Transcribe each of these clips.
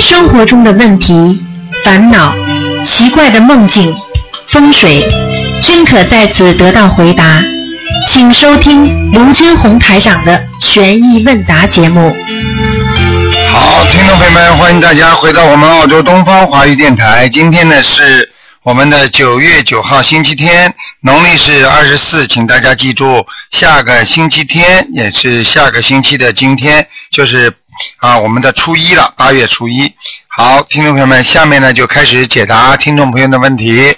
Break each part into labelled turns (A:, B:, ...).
A: 生活中的问题、烦恼、奇怪的梦境、风水，均可在此得到回答。请收听卢军红台长的《悬疑问答》节目。
B: 好，听众朋友们，欢迎大家回到我们澳洲东方华语电台。今天呢是我们的九月九号星期天，农历是二十四，请大家记住，下个星期天也是下个星期的今天，就是啊我们的初一了，八月初一。好，听众朋友们，下面呢就开始解答听众朋友的问题。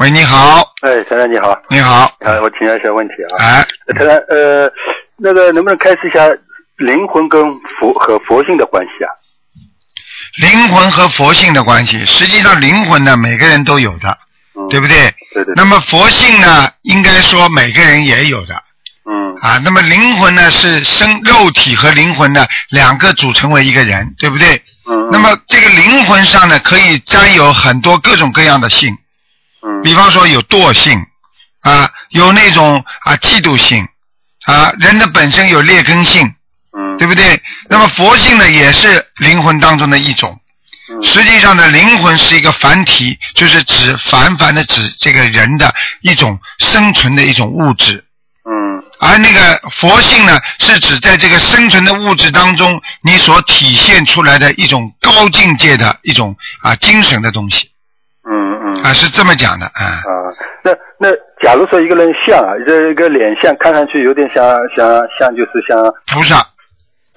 B: 喂，你好，
C: 哎，台长你好，
B: 你好，
C: 啊，我请教一下问题啊，
B: 哎，
C: 呃台长，呃，那个能不能开示一下灵魂跟佛和佛性的关系啊？
B: 灵魂和佛性的关系，实际上灵魂呢，每个人都有的，
C: 嗯，
B: 对
C: 不
B: 不对？
C: 对？对对，
B: 那么佛性呢，应该说每个人也有的
C: 嗯
B: 啊。那么灵魂呢，是生肉体和灵魂呢两个组成为一个人，对不对？
C: 嗯，
B: 那么这个灵魂上呢，可以沾有很多各种各样的性，
C: 嗯，
B: 比方说有惰性啊，有那种啊嫉妒性啊，人的本身有劣根性，
C: 嗯，
B: 对不对？那么佛性呢，也是灵魂当中的一种。
C: 嗯，
B: 实际上呢，灵魂是一个凡体，就是指凡凡的指这个人的一种生存的一种物质，
C: 嗯
B: 而那个佛性呢，是指在这个生存的物质当中，你所体现出来的一种高境界的一种啊精神的东西
C: 嗯嗯
B: 啊，是这么讲的啊。
C: 啊，那那假如说一个人像啊，这一个脸像看上去有点像像像就是像
B: 菩萨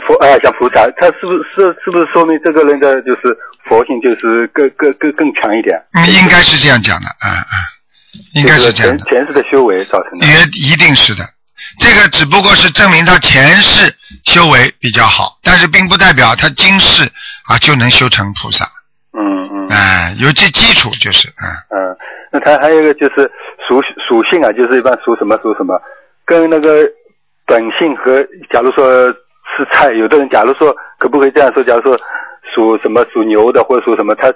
C: 佛啊、像菩萨，他是不是是是不是说明这个人的就是佛性就是更更更更强一点？
B: 嗯应该是这样讲的啊啊，应该是这样的
C: 前。前世的修为造成的。
B: 也一定是的。这个只不过是证明他前世修为比较好，但是并不代表他今世啊就能修成菩萨。
C: 嗯嗯嗯
B: 哎、有这基础就是啊、
C: 嗯，那他还有一个就是属属性啊，就是一般属什么属什么，跟那个本性和假如说吃菜，有的人假如说可不可以这样说？假如说属什么属牛的或者属什么，他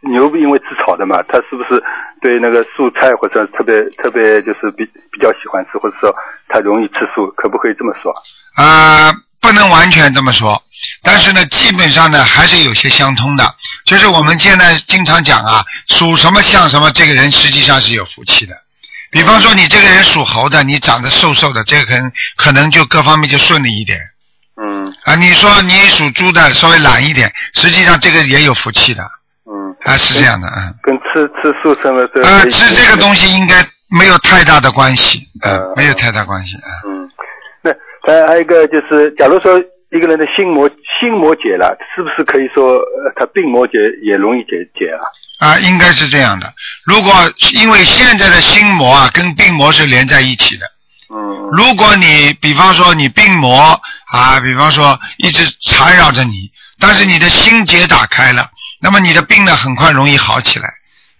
C: 牛因为吃草的嘛，他是不是对那个素菜或者特别特别就是比比较喜欢吃，或者说他容易吃素，可不可以这么说？
B: 啊，不能完全这么说，但是呢，基本上呢还是有些相通的。就是我们现在经常讲啊，属什么像什么，这个人实际上是有福气的。比方说你这个人属猴的，你长得瘦瘦的，这个人可能就各方面就顺利一点。
C: 嗯
B: 啊，你说你属猪的稍微懒一点，实际上这个也有福气的，
C: 嗯，
B: 啊是这样的，嗯，
C: 跟吃吃素什么这
B: 呃吃这个东西应该没有太大的关系，嗯
C: 呃，
B: 没有太大关系，嗯，
C: 嗯，那当然还有一个就是，假如说一个人的心魔心魔解了，是不是可以说呃他病魔解也容易解解啊？
B: 啊应该是这样的。如果因为现在的心魔啊跟病魔是连在一起的，
C: 嗯
B: 如果你比方说你病魔啊，比方说一直缠绕着你，但是你的心结打开了，那么你的病呢很快容易好起来。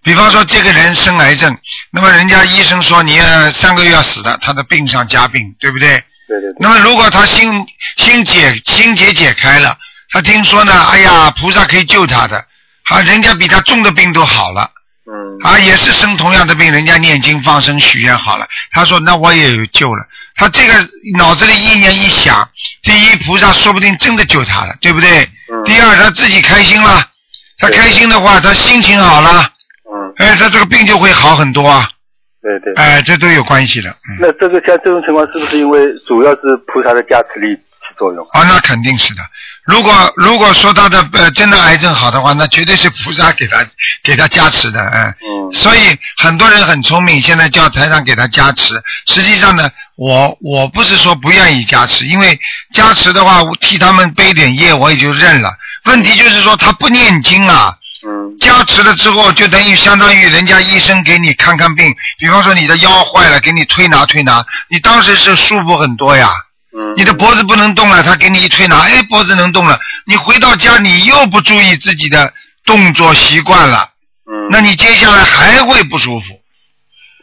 B: 比方说这个人生癌症，那么人家医生说你呃三个月要死的，他的病上加病，对不对？
C: 对对对，
B: 那么如果他心心解心结解开了，他听说呢，哎呀，菩萨可以救他的，啊，人家比他重的病都好了。
C: 嗯
B: 啊，也是生同样的病，人家念经放生许愿好了，他说那我也有救了。他这个脑子里意念一想，第一菩萨说不定真的救他了，对不对？
C: 嗯
B: 第二他自己开心了，他开心的话，他心情好了，
C: 嗯，
B: 哎，他这个病就会好很多啊，
C: 对对。
B: 哎，这都有关系的。嗯，
C: 那这个像这种情况，是不是因为主要是菩萨的加持力起作用？
B: 啊，那肯定是的。如果如果说他的呃真的癌症好的话，那绝对是菩萨给他给他加持的，哎。
C: 嗯
B: 所以很多人很聪明，现在叫台上给他加持。实际上呢，我我不是说不愿意加持，因为加持的话，我替他们背点业我也就认了。问题就是说他不念经啊，
C: 嗯
B: 加持了之后就等于相当于人家医生给你看看病，比方说你的腰坏了，给你推拿推拿，你当时是舒服很多呀。
C: 嗯，
B: 你的脖子不能动了，他给你一推拿，哎，脖子能动了。你回到家你又不注意自己的动作习惯了，
C: 嗯，
B: 那你接下来还会不舒服。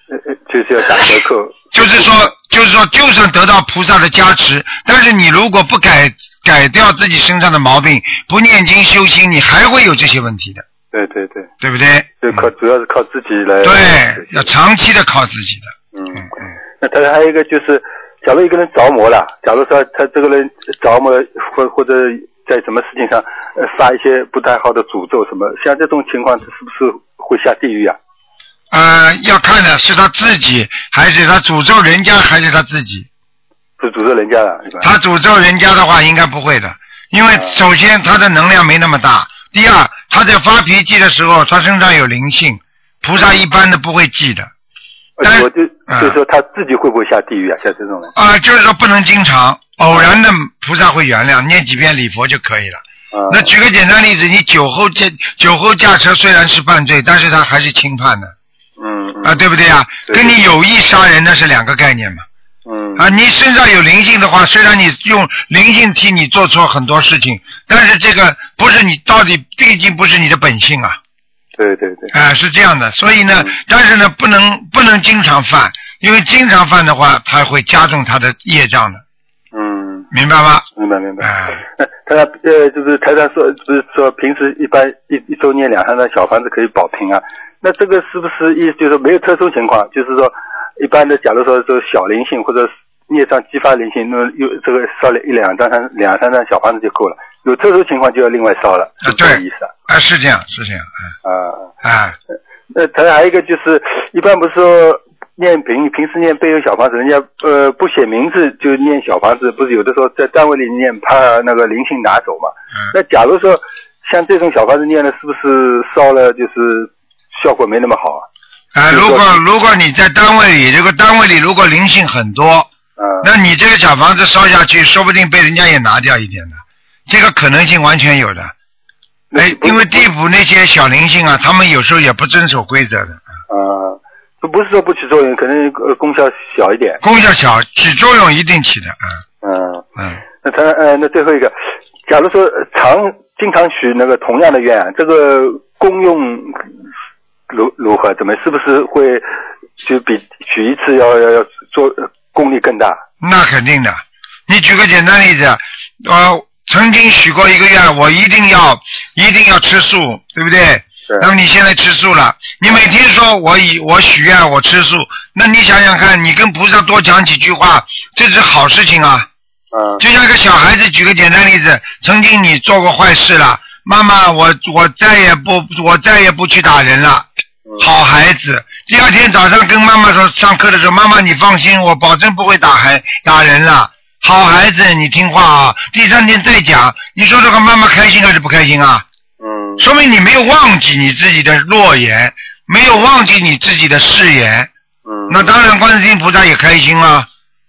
C: 呃呃就是要打折 扣。
B: 就是说，就是说，就算得到菩萨的加持，但是你如果不改改掉自己身上的毛病，不念经修心，你还会有这些问题的，
C: 对对对，
B: 对嗯不对？
C: 就靠主要是靠自己来。
B: 对，要长期的靠自己的。
C: 嗯
B: 嗯嗯。
C: 那当然还有一个就是，假如一个人着魔了，假如说他这个人着魔了，或或者在什么事情上呃发一些不太好的诅咒什么，像这种情况是不是会下地狱啊？
B: 呃，要看的是他自己，还是他诅咒人家，还是他自己。
C: 是诅咒人家了，是吧？
B: 他诅咒人家的话，应该不会的，因为首先他的能量没那么大，第二他在发脾气的时候，他身上有灵性，菩萨一般的不会记的。
C: 而呃且我就
B: 但
C: 就是说他自己会不会下地狱啊？像这种人
B: 啊、就是说不能经常，偶然的菩萨会原谅，念几遍礼佛就可以了。
C: 啊，
B: 那举个简单例子，你酒后驾酒后驾车虽然是犯罪，但是他还是轻判的
C: 嗯嗯
B: 啊，对不对啊？
C: 对
B: 跟你有意杀人那是两个概念嘛。
C: 嗯
B: 啊，你身上有灵性的话，虽然你用灵性替你做错很多事情，但是这个不是你到底，毕竟不是你的本性啊，
C: 对对对，
B: 啊、是这样的。所以呢
C: 嗯，
B: 但是呢，不能不能经常犯，因为经常犯的话，它会加重他的业障的，
C: 嗯，
B: 明白吗？
C: 明白明
B: 啊、
C: 白。那他呃，就是台上说，不是说平时一般一一周念两三张小房子可以保平安。啊那这个是不是意思就是说没有特殊情况？就是说一般的，假如说这小灵性或者孽障激发灵性，那么有这个烧了一两张三两三张小房子就够了。有特殊情况就要另外烧了，
B: 啊
C: 是这个意思啊。
B: 啊，是这样，是这样，
C: 啊、
B: 啊、啊，
C: 那他还有一个就是，一般不是说念平平时念备有小房子，人家呃不写名字就念小房子，不是有的时候在单位里念怕那个灵性拿走嘛？
B: 嗯
C: 那假如说像这种小房子念了，是不是烧了就是效果没那么好啊？
B: 啊，
C: 就
B: 如
C: 说
B: 果如果你在单位里，这个单位里如果灵性很多，
C: 嗯、
B: 那你这个小房子烧下去，说不定被人家也拿掉一点的，这个可能性完全有的。
C: 那
B: 哎，
C: 不
B: 因为地府那些小灵性啊，他们有时候也不遵守规则的，
C: 呃，不不是说不起作用，可能呃功效小一点。
B: 功效小，起作用一定起的，
C: 嗯、
B: 嗯嗯。
C: 那他呃，那最后一个，假如说呃常经常许那个同样的愿，这个功用如如何？怎么是不是会就比许一次要要要做呃功力更大？
B: 那肯定的。你举个简单例子，我曾经许过一个愿，我一定要一定要吃素，对不对？
C: 对
B: 那么你现在吃素了，你每天说我以我许愿我吃素，那你想想看，你跟菩萨多讲几句话，这是好事情啊。
C: 嗯
B: 就像一个小孩子，举个简单例子，曾经你做过坏事了，妈妈，我我再也不我再也不去打人了，
C: 嗯
B: 好孩子。第二天早上跟妈妈说上课的时候，妈妈你放心，我保证不会打孩打人了，好孩子，你听话啊。第三天再讲，你说这个妈妈开心还是不开心啊？
C: 嗯
B: 说明你没有忘记你自己的诺言，没有忘记你自己的誓言。
C: 嗯
B: 那当然，观世音菩萨也开心啊
C: 嗯
B: 了。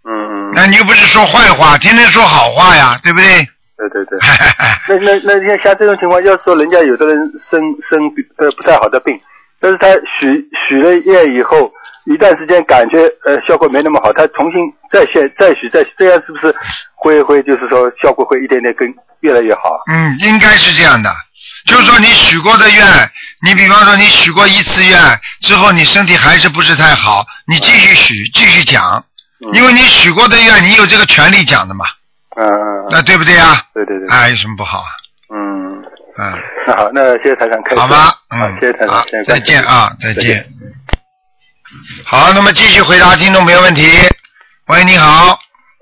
C: 嗯，
B: 那你又不是说坏话，天天说好话呀，对不对？
C: 对对 对。
B: 哈哈
C: 那那那像像这种情况，要是说人家有的人生生病呃不太好的病，但是他许许了愿以后，一段时间感觉呃效果没那么好，他重新再现再许再许，这样是不是会会就是说效果会一点点更越来越好？
B: 嗯，应该是这样的。就是说你许过的愿，你比方说你许过一次愿之后，你身体还是不是太好，你继续许，继续讲，因为你许过的愿，你有这个权利讲的嘛，
C: 嗯嗯，
B: 那对不对啊？
C: 对对对，
B: 啊，有什么不好啊？
C: 嗯，
B: 嗯，
C: 那好，那谢谢台长开始，
B: 好吧，
C: 好
B: 嗯，
C: 谢谢台长
B: 好，
C: 谢谢
B: 再见啊，
C: 再
B: 再见
C: 见。
B: 好，那么继续回答听众朋友问题。喂，你好，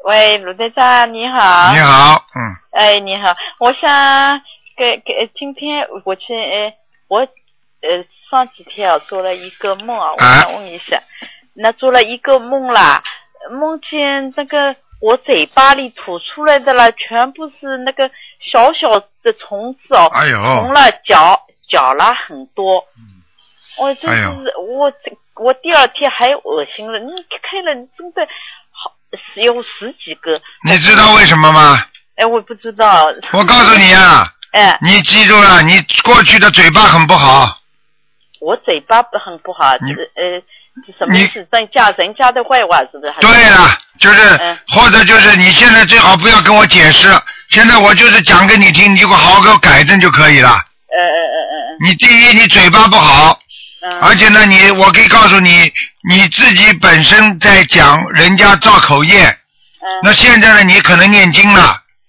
D: 喂，卢队长，你好。
B: 你。好，嗯，
D: 哎，你好，我想给给今天我去呃我呃上几天啊做了一个梦啊，我
B: 啊
D: 想问一下，那做了一个梦啦，梦见那个我嘴巴里吐出来的啦，全部是那个小小的虫子哦，
B: 哎
D: 虫
B: 呦，
D: 了脚脚了很多，我真
B: 哎
D: 是、我这我第二天还恶心了，你看了真的好有十几个，
B: 你知道为什么吗？
D: 哎，我不知道，
B: 我告诉你啊，
D: 哎，
B: 你记住了，你过去的嘴巴很不好，
D: 我嘴巴不很不好，
B: 你
D: 呃，是什么
B: 你
D: 意思？在讲人家的坏话是不是？还是
B: 对了，就是、
D: 嗯
B: 或者就是你现在最好不要跟我解释，现在我就是讲给你听，你就给我好好给我改正就可以了。
D: 呃呃
B: 你第一，你嘴巴不好，
D: 呃呃呃，
B: 而且呢，你我可以告诉你，你自己本身在讲人家造口业，
D: 嗯
B: 那现在呢，你可能念经了，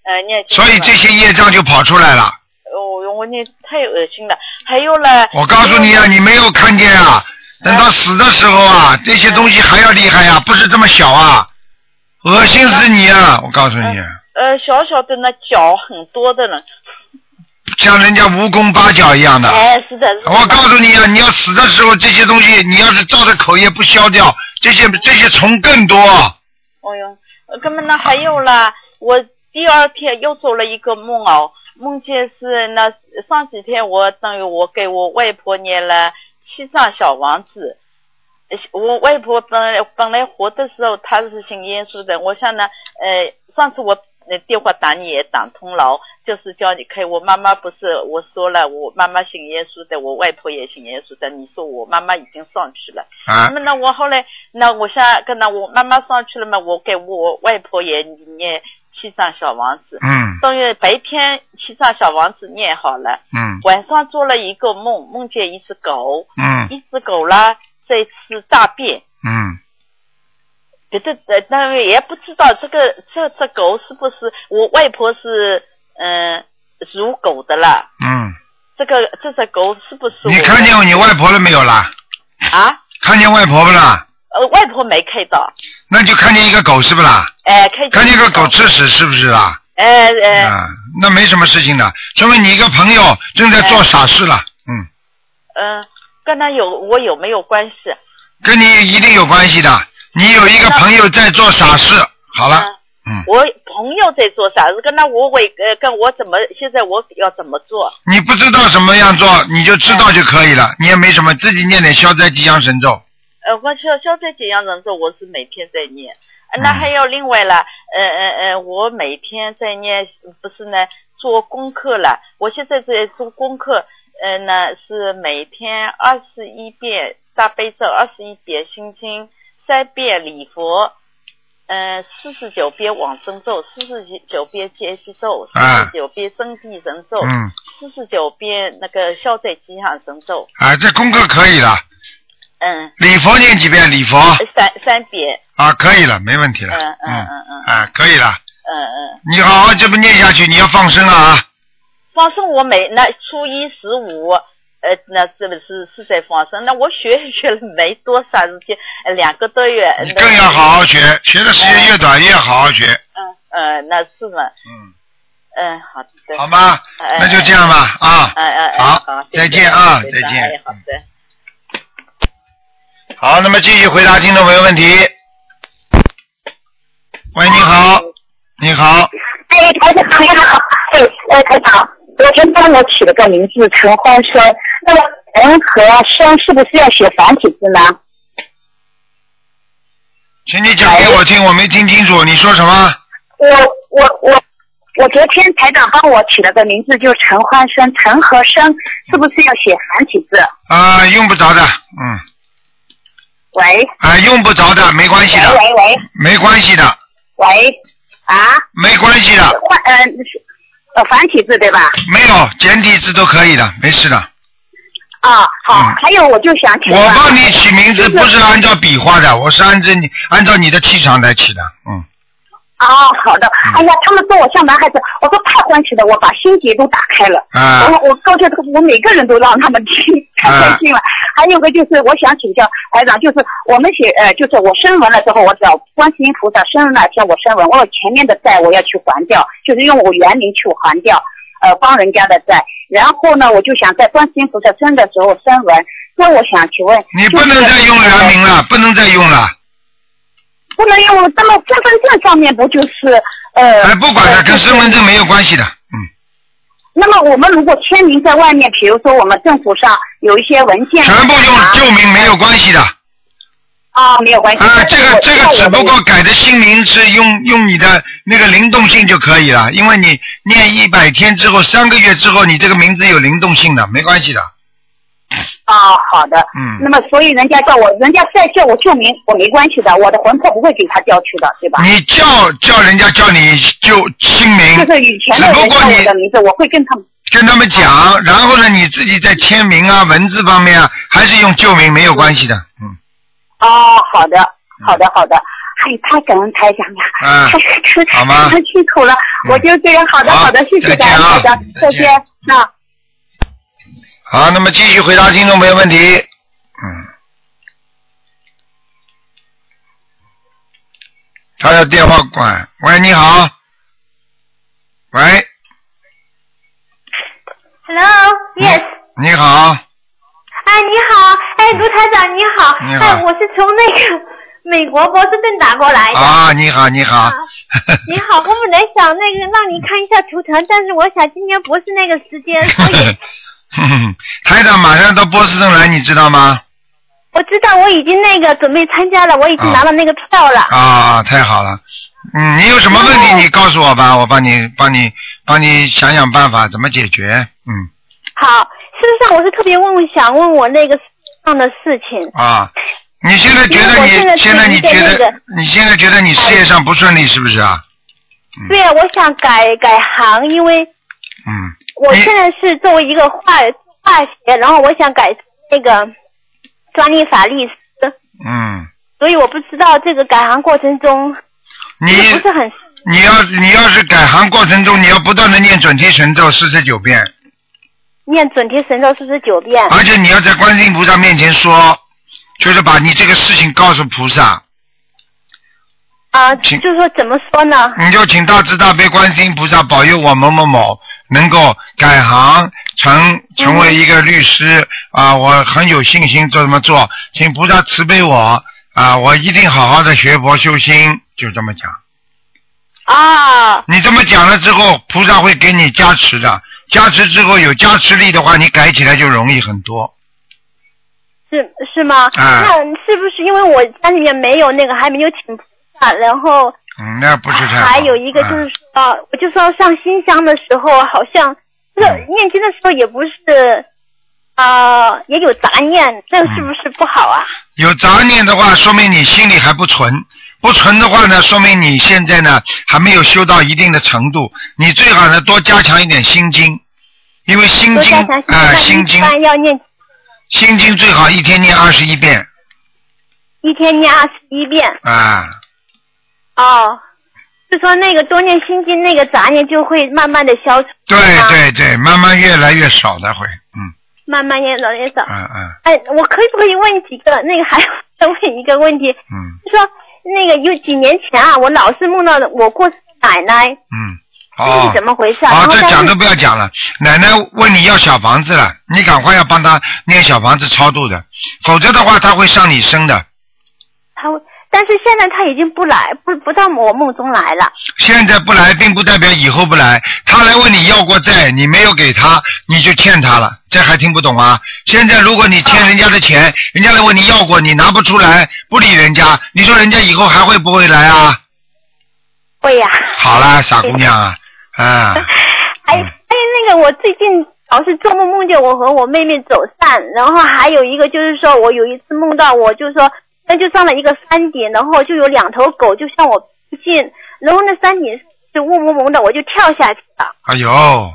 D: 呃，念经
B: 所以
D: 吧
B: 这些业障就跑出来了。
D: 呃我我念太恶心了。还有呢，
B: 我告诉你啊，
D: 还有呢哎
B: 你没有看见啊，等到死的时候啊，这些东西还要厉害啊，不是这么小啊。恶心死你啊！我告诉你，
D: 呃，小小的那脚很多的人，
B: 像人家蜈蚣八角一样的。
D: 哎，是的，是的
B: 我告诉你啊，你要死的时候，这些东西你要是照着口业不消掉，这些这些虫更多。
D: 哎呦，呃根本呢还有啦，我第二天又做了一个梦哦，梦见是那上几天我等于我给我外婆念了七张小王子，呃我外婆本来本来活的时候她是信耶稣的，我想呢，呃，上次我呃电话打你也打通了哦，就是叫你可以，我妈妈不是我说了，我妈妈信耶稣的，我外婆也信耶稣的，你说我妈妈已经上去了。
B: 啊
D: 那么呢，我后来，那我现在跟那我妈妈上去了嘛，我给我外婆也念七张小王子。
B: 嗯
D: 当然白天七张小王子念好了，
B: 嗯
D: 晚上做了一个梦，梦见一只狗，
B: 嗯
D: 一只狗啦在吃大便。
B: 嗯，
D: 别的呃，那也不知道这个这只狗是不是我外婆是嗯、属狗的啦？
B: 嗯，
D: 这个这只狗是不是我
B: 你看见你外婆了没有啦？
D: 啊？
B: 看见外婆不啦？
D: 呃，外婆没看到，
B: 那就看见一个狗是不啦？
D: 哎、看见
B: 看见个狗，吃屎是不是啦？
D: 哎、哎、
B: 啊，那没什么事情的，说明你一个朋友正在
D: 哎
B: 做傻事了。嗯，
D: 嗯，跟他有我有没有关系？
B: 跟你一定有关系的。你有一个朋友在做傻事，好了，
D: 嗯，
B: 嗯，
D: 我朋友在做啥事，跟他我会呃，跟我怎么现在我要怎么做？
B: 你不知道什么样做，你就知道就可以了，你也没什么，自己念点消灾吉祥神咒。
D: 呃，我消消灾解阳人咒我是每天在念，呃那
B: 嗯
D: 还有另外啦，呃呃呃，我每天在念，不是呢做功课了，我现在在做功课，呃呢是每天二十一遍大悲咒，二十一遍心经，三遍礼佛。嗯，四十九遍往生咒，四十九遍解气咒，四
B: 啊
D: 十九遍真谛神咒，
B: 嗯，
D: 四十九遍那个消灾吉祥神咒，
B: 啊，这功课可以了。
D: 嗯，
B: 礼佛念几遍？礼佛
D: 呃三三遍，
B: 啊，可以了，没问题了。
D: 嗯嗯嗯嗯嗯
B: 啊，可以了。
D: 嗯嗯。
B: 你好好这么念下去，你要放生了啊。
D: 放生我每那初一十五，呃，那是不是是在放生？那我学学了没多少时间，呃两个多月。
B: 你
D: 那
B: 更要好好学，学的时间越短越好好学。
D: 嗯呃，那是嘛，
B: 嗯，
D: 嗯，好的。
B: 好吗？
D: 哎
B: 那就这样吧啊。
D: 哎哎哎，
B: 好
D: 好，
B: 再见啊
D: 对对
B: 再见
D: 哎好的。
B: 好，那么继续回答听众朋友问题。喂，你
D: 嗯
B: 好，你好，
E: 哎，台长你好，哎，呃，台长，我先帮我起了个名字陈欢生，那么人和生是不是要写繁体字呢？
B: 请你讲给我听，我没听清楚，你说什么？
E: 我我我我昨天台长帮我起了个名字，就陈欢生，陈和生是不是要写繁体字？
B: 啊、用不着的，嗯，
E: 喂
B: 啊、用不着的，没关系
E: 喂
B: 的，
E: 喂喂
B: 没关系的，
E: 喂，啊，
B: 没关系的，
E: 换呃是呃繁体字对吧？
B: 没有简体字都可以的，没事的。
E: 啊，好，
B: 嗯
E: 还有我就想请
B: 我
E: 问
B: 帮你起名字不是按照笔画的，我是按照你按照你的气场来起的，嗯，
E: 哦，好的。哎呀，他们说我像男孩子，我说太欢喜了，我把心结都打开了。
B: 啊、
E: 我我告诉他，我每个人都让他们听，太开
B: 啊
E: 心了。还有个就是，我想请教台长，就是我们写呃，就是我声纹了之后，我找观世音菩萨声纹那天我声纹，我有前面的债我要去还掉，就是用我原名去还掉，呃，帮人家的债。然后呢，我就想在观世音菩萨生的时候声纹。那我想请问，
B: 你不能再用原名了，不能再用了。
E: 不能用这么身份证上面不就是呃？
B: 哎，不管
E: 呃
B: 了，跟
E: 就是
B: 身份证没有关系的。嗯，
E: 那么我们如果签名在外面，比如说我们政府上有一些文件，
B: 全部用
E: 啊
B: 旧名没有关系的。啊，
E: 啊，没有关系。
B: 这个这个只不过改的姓名是用用你的那个灵动性就可以了，因为你念一百天之后，三个月之后，你这个名字有灵动性的，没关系的。
E: 啊，好的。
B: 嗯
E: 那么所以人家叫我，人家再叫我旧名，我没关系的，我的魂魄不会给他调去的，对吧？
B: 你叫叫人家叫你就姓名，
E: 就是以前的
B: 只不
E: 人
B: 过
E: 叫
B: 你
E: 我的名字，我会跟他们。
B: 跟他们讲，然后呢，你自己在签名啊、文字方面啊，还是用旧名没有关系的。嗯，
E: 哦，好的，好的，好的。哎，太感恩台长呀！
B: 啊
E: 太太
B: 好吗
E: 太辛苦了，
B: 嗯
E: 我就这样。好的，
B: 好
E: 好的，谢
B: 再
E: 谢
B: 见
E: 感恩
B: 啊
E: 台长，
B: 再
E: 再
B: 见
E: 见。那。
B: 好，那么继续回答听众朋友问题。嗯。他的电话管。喂，你好。喂，
F: Hello, yes.
B: 你好，
F: 哎，你好，哎，卢台长你好，
B: 嗯你好
F: 哎，我是从那 个美国波士顿打过来的。
B: 啊，你好，你好，
F: 你好，我本来想那个让你看一下图腾，但是我想今天不是那个 时间，所以
B: 台长马上到波士顿来，你知道吗？
F: 我知道我已经那个准备参加了，我已经拿了那个票了。
B: 啊，太好了。嗯，你有什么问题你告诉我吧，我帮你帮你帮你想想办法怎么解决。嗯，
F: 好，事实上我是特别问想问我那个上的事情。
B: 啊，你现在觉得
F: 因为我
B: 你
F: 现
B: 现
F: 在
B: 在
F: 对于
B: 你
F: 在
B: 觉
F: 那
B: 得
F: 个
B: 你现在觉得你事业上不顺利是不是啊？
F: 对，啊我想改改行，因为
B: 嗯，
F: 我现在是作为一个化化学，然后我想改那个专利法律师，
B: 嗯，
F: 所以我不知道这个改行过程中
B: 你
F: 是不是很
B: 你要你要是改行过程中，你要不断的念准提神咒四十九遍，
F: 念准提神咒四十九遍。
B: 而且你要在观世音菩萨面前说，就是把你这个事情告诉菩萨，
F: 啊，就是说怎么说呢？
B: 你就请大慈大悲观世音菩萨保佑我某某某能够改行成成为一个律师啊！我很有信心这么做，请菩萨慈悲我啊！我一定好好的学佛修心，就这么讲。
F: 啊，
B: 你这么讲了之后，菩萨会给你加持的，加持之后有加持力的话，你改起来就容易很多。
F: 是是吗？
B: 啊
F: 那是不是因为我家里面没有那个，还没有请菩萨，然后
B: 嗯，那不是太好。
F: 还有一个就
B: 嗯
F: 是说，我就说上新香的时候，好像这个
B: 嗯
F: 念经的时候也不是，啊、也有杂念，这是不是不好啊？
B: 有杂念的话，说明你心里还不纯；不纯的话呢，说明你现在呢还没有修到一定的程度。你最好呢多加强一点心经，因为心
F: 多
B: 经
F: 加
B: 啊
F: 强、
B: 呃心
F: 心
B: 经
F: 经，一般要念
B: 心经最好一天念二十一遍
F: 一天念二十一遍
B: 啊、
F: 哦。就说那个多念心经，那个杂念就会慢慢的消除，啊
B: 对对对，慢慢越来越少的会，嗯
F: 慢慢越来越少。
B: 嗯嗯
F: 哎，我可以不可以问几个？那个还再问一个问题，
B: 嗯
F: 就说那个有几年前啊，我老是梦到我过世奶奶，
B: 嗯，
F: 这
B: 哦
F: 是怎。么回事？啊？然
B: 好，
F: 后
B: 这
F: 但
B: 讲
F: 是
B: 都不要讲了。奶奶问你要小房子了，你赶快要帮她念小房子超度的，否则的话她会上你身的。
F: 他会，但是现在他已经不来，不不到我梦中来了。
B: 现在不来，并不代表以后不来。他来问你要过债，你没有给他，你就欠他了。这还听不懂啊？现在如果你欠人家的钱，人家来问你要过，你拿不出来，不理人家，你说人家以后还会不会来啊？
F: 会呀、
B: 好啦，傻姑娘啊，啊，
F: 还还有那个，我最近老是做梦梦见我和我妹妹走散，然后还有一个就是说我有一次梦到我就是说，那就上了一个山顶，然后就有两头狗就向我逼近，然后那山顶是嗡嗡嗡的，我就跳下去了。
B: 哎呦，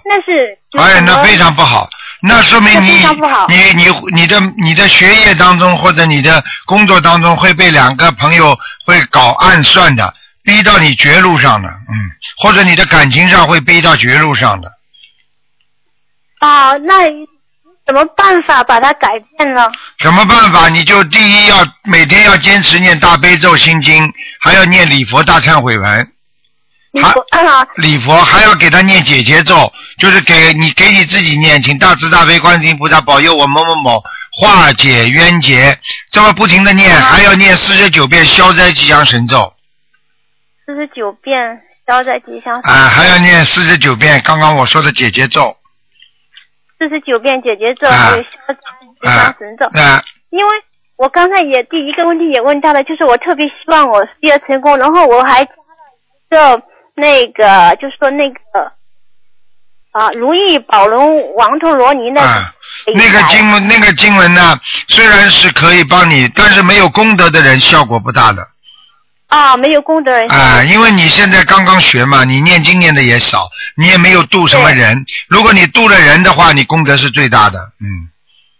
F: 那是有
B: 哎
F: 什，么
B: 那非常不好，那说明
F: 嗯那
B: 你
F: 非常不好
B: 你你你的你的学业当中或者你的工作当中会被两个朋友会搞暗算的，逼到你绝路上的，嗯，或者你的感情上会逼到绝路上的。
F: 啊，那什么办法把它改变呢？
B: 什么办法？你就第一要每天要坚持念大悲咒心经，还要念礼佛大忏悔文。
F: 你
B: 好
F: 说 啊，
B: 礼佛还要给他念解结咒，就是给你给你自己念，请大慈大悲观世音菩萨保佑我某某某化解冤结，这么不停的念，还要念四十九遍消灾吉祥神咒，
F: 四十九遍消灾吉祥
B: 啊，还要念四十九遍刚刚我说的解结咒，
F: 四十九遍姐姐咒，
B: 啊
F: 还有消灾吉祥神咒。
B: 啊，
F: 因为我刚才也第一个问题也问到了，就是我特别希望我事业成功，然后我还加了一个那个，就是说那个啊，如意宝龙王陀罗尼那
B: 啊
F: 个
B: 那个经文那个经文呢，虽然是可以帮你，但是没有功德的人效果不大的。
F: 啊，没有功德人
B: 啊，因为你现在刚刚学嘛，你念经念的也少，你也没有度什么人。如果你度了人的话，你功德是最大的。嗯，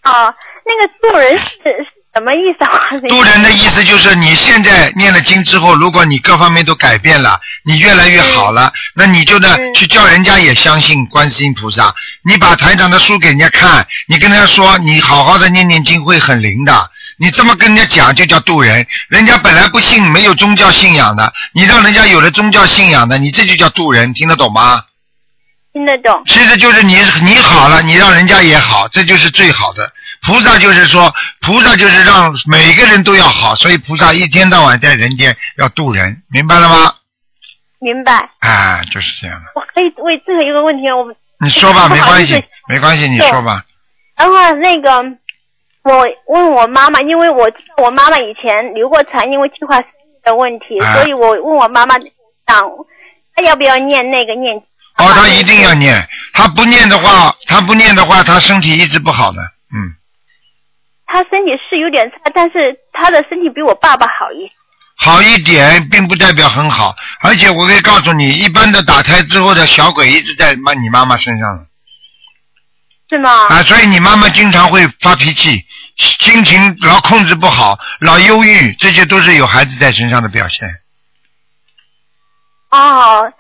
F: 啊，那个渡人是是什么意思啊？
B: 度人的意思就是你现在念了经之后，如果你各方面都改变了，你越来越好了，那你就呢去叫人家也相信观世音菩萨。你把台长的书给人家看，你跟他说你好好的念念经会很灵的。你这么跟人家讲就叫渡人，人家本来不信，没有宗教信仰的，你让人家有了宗教信仰的，你这就叫渡人，听得懂吗？
F: 听得懂。
B: 其实就是你你好了，你让人家也好，这就是最好的。菩萨就是说，菩萨就是让每个人都要好，所以菩萨一天到晚在人间要渡人，明白了吗？
F: 明白。
B: 啊，就是这样的。
F: 我可以为这个一个问题，我
B: 你说吧，
F: 不
B: 没
F: 好
B: 关
F: 意思
B: 系，没关系，你说吧。
F: 然后那个，我问我妈妈，因为我知道我妈妈以前流过产，因为计划生育的问题，
B: 啊
F: 所以我问我妈妈，想她要不要念那个念
B: 哦，他一定要念，他不念的话，他不念的话，他身体一直不好的。嗯，
F: 她身体是有点差，但是她的身体比我爸爸好一些。
B: 好一点并不代表很好，而且我可以告诉你，一般的打胎之后的小鬼一直在妈你妈妈身上了
F: 是吗？
B: 啊，所以你妈妈经常会发脾气，心情老控制不好，老忧郁，这些都是有孩子在身上的表现。
F: 哦，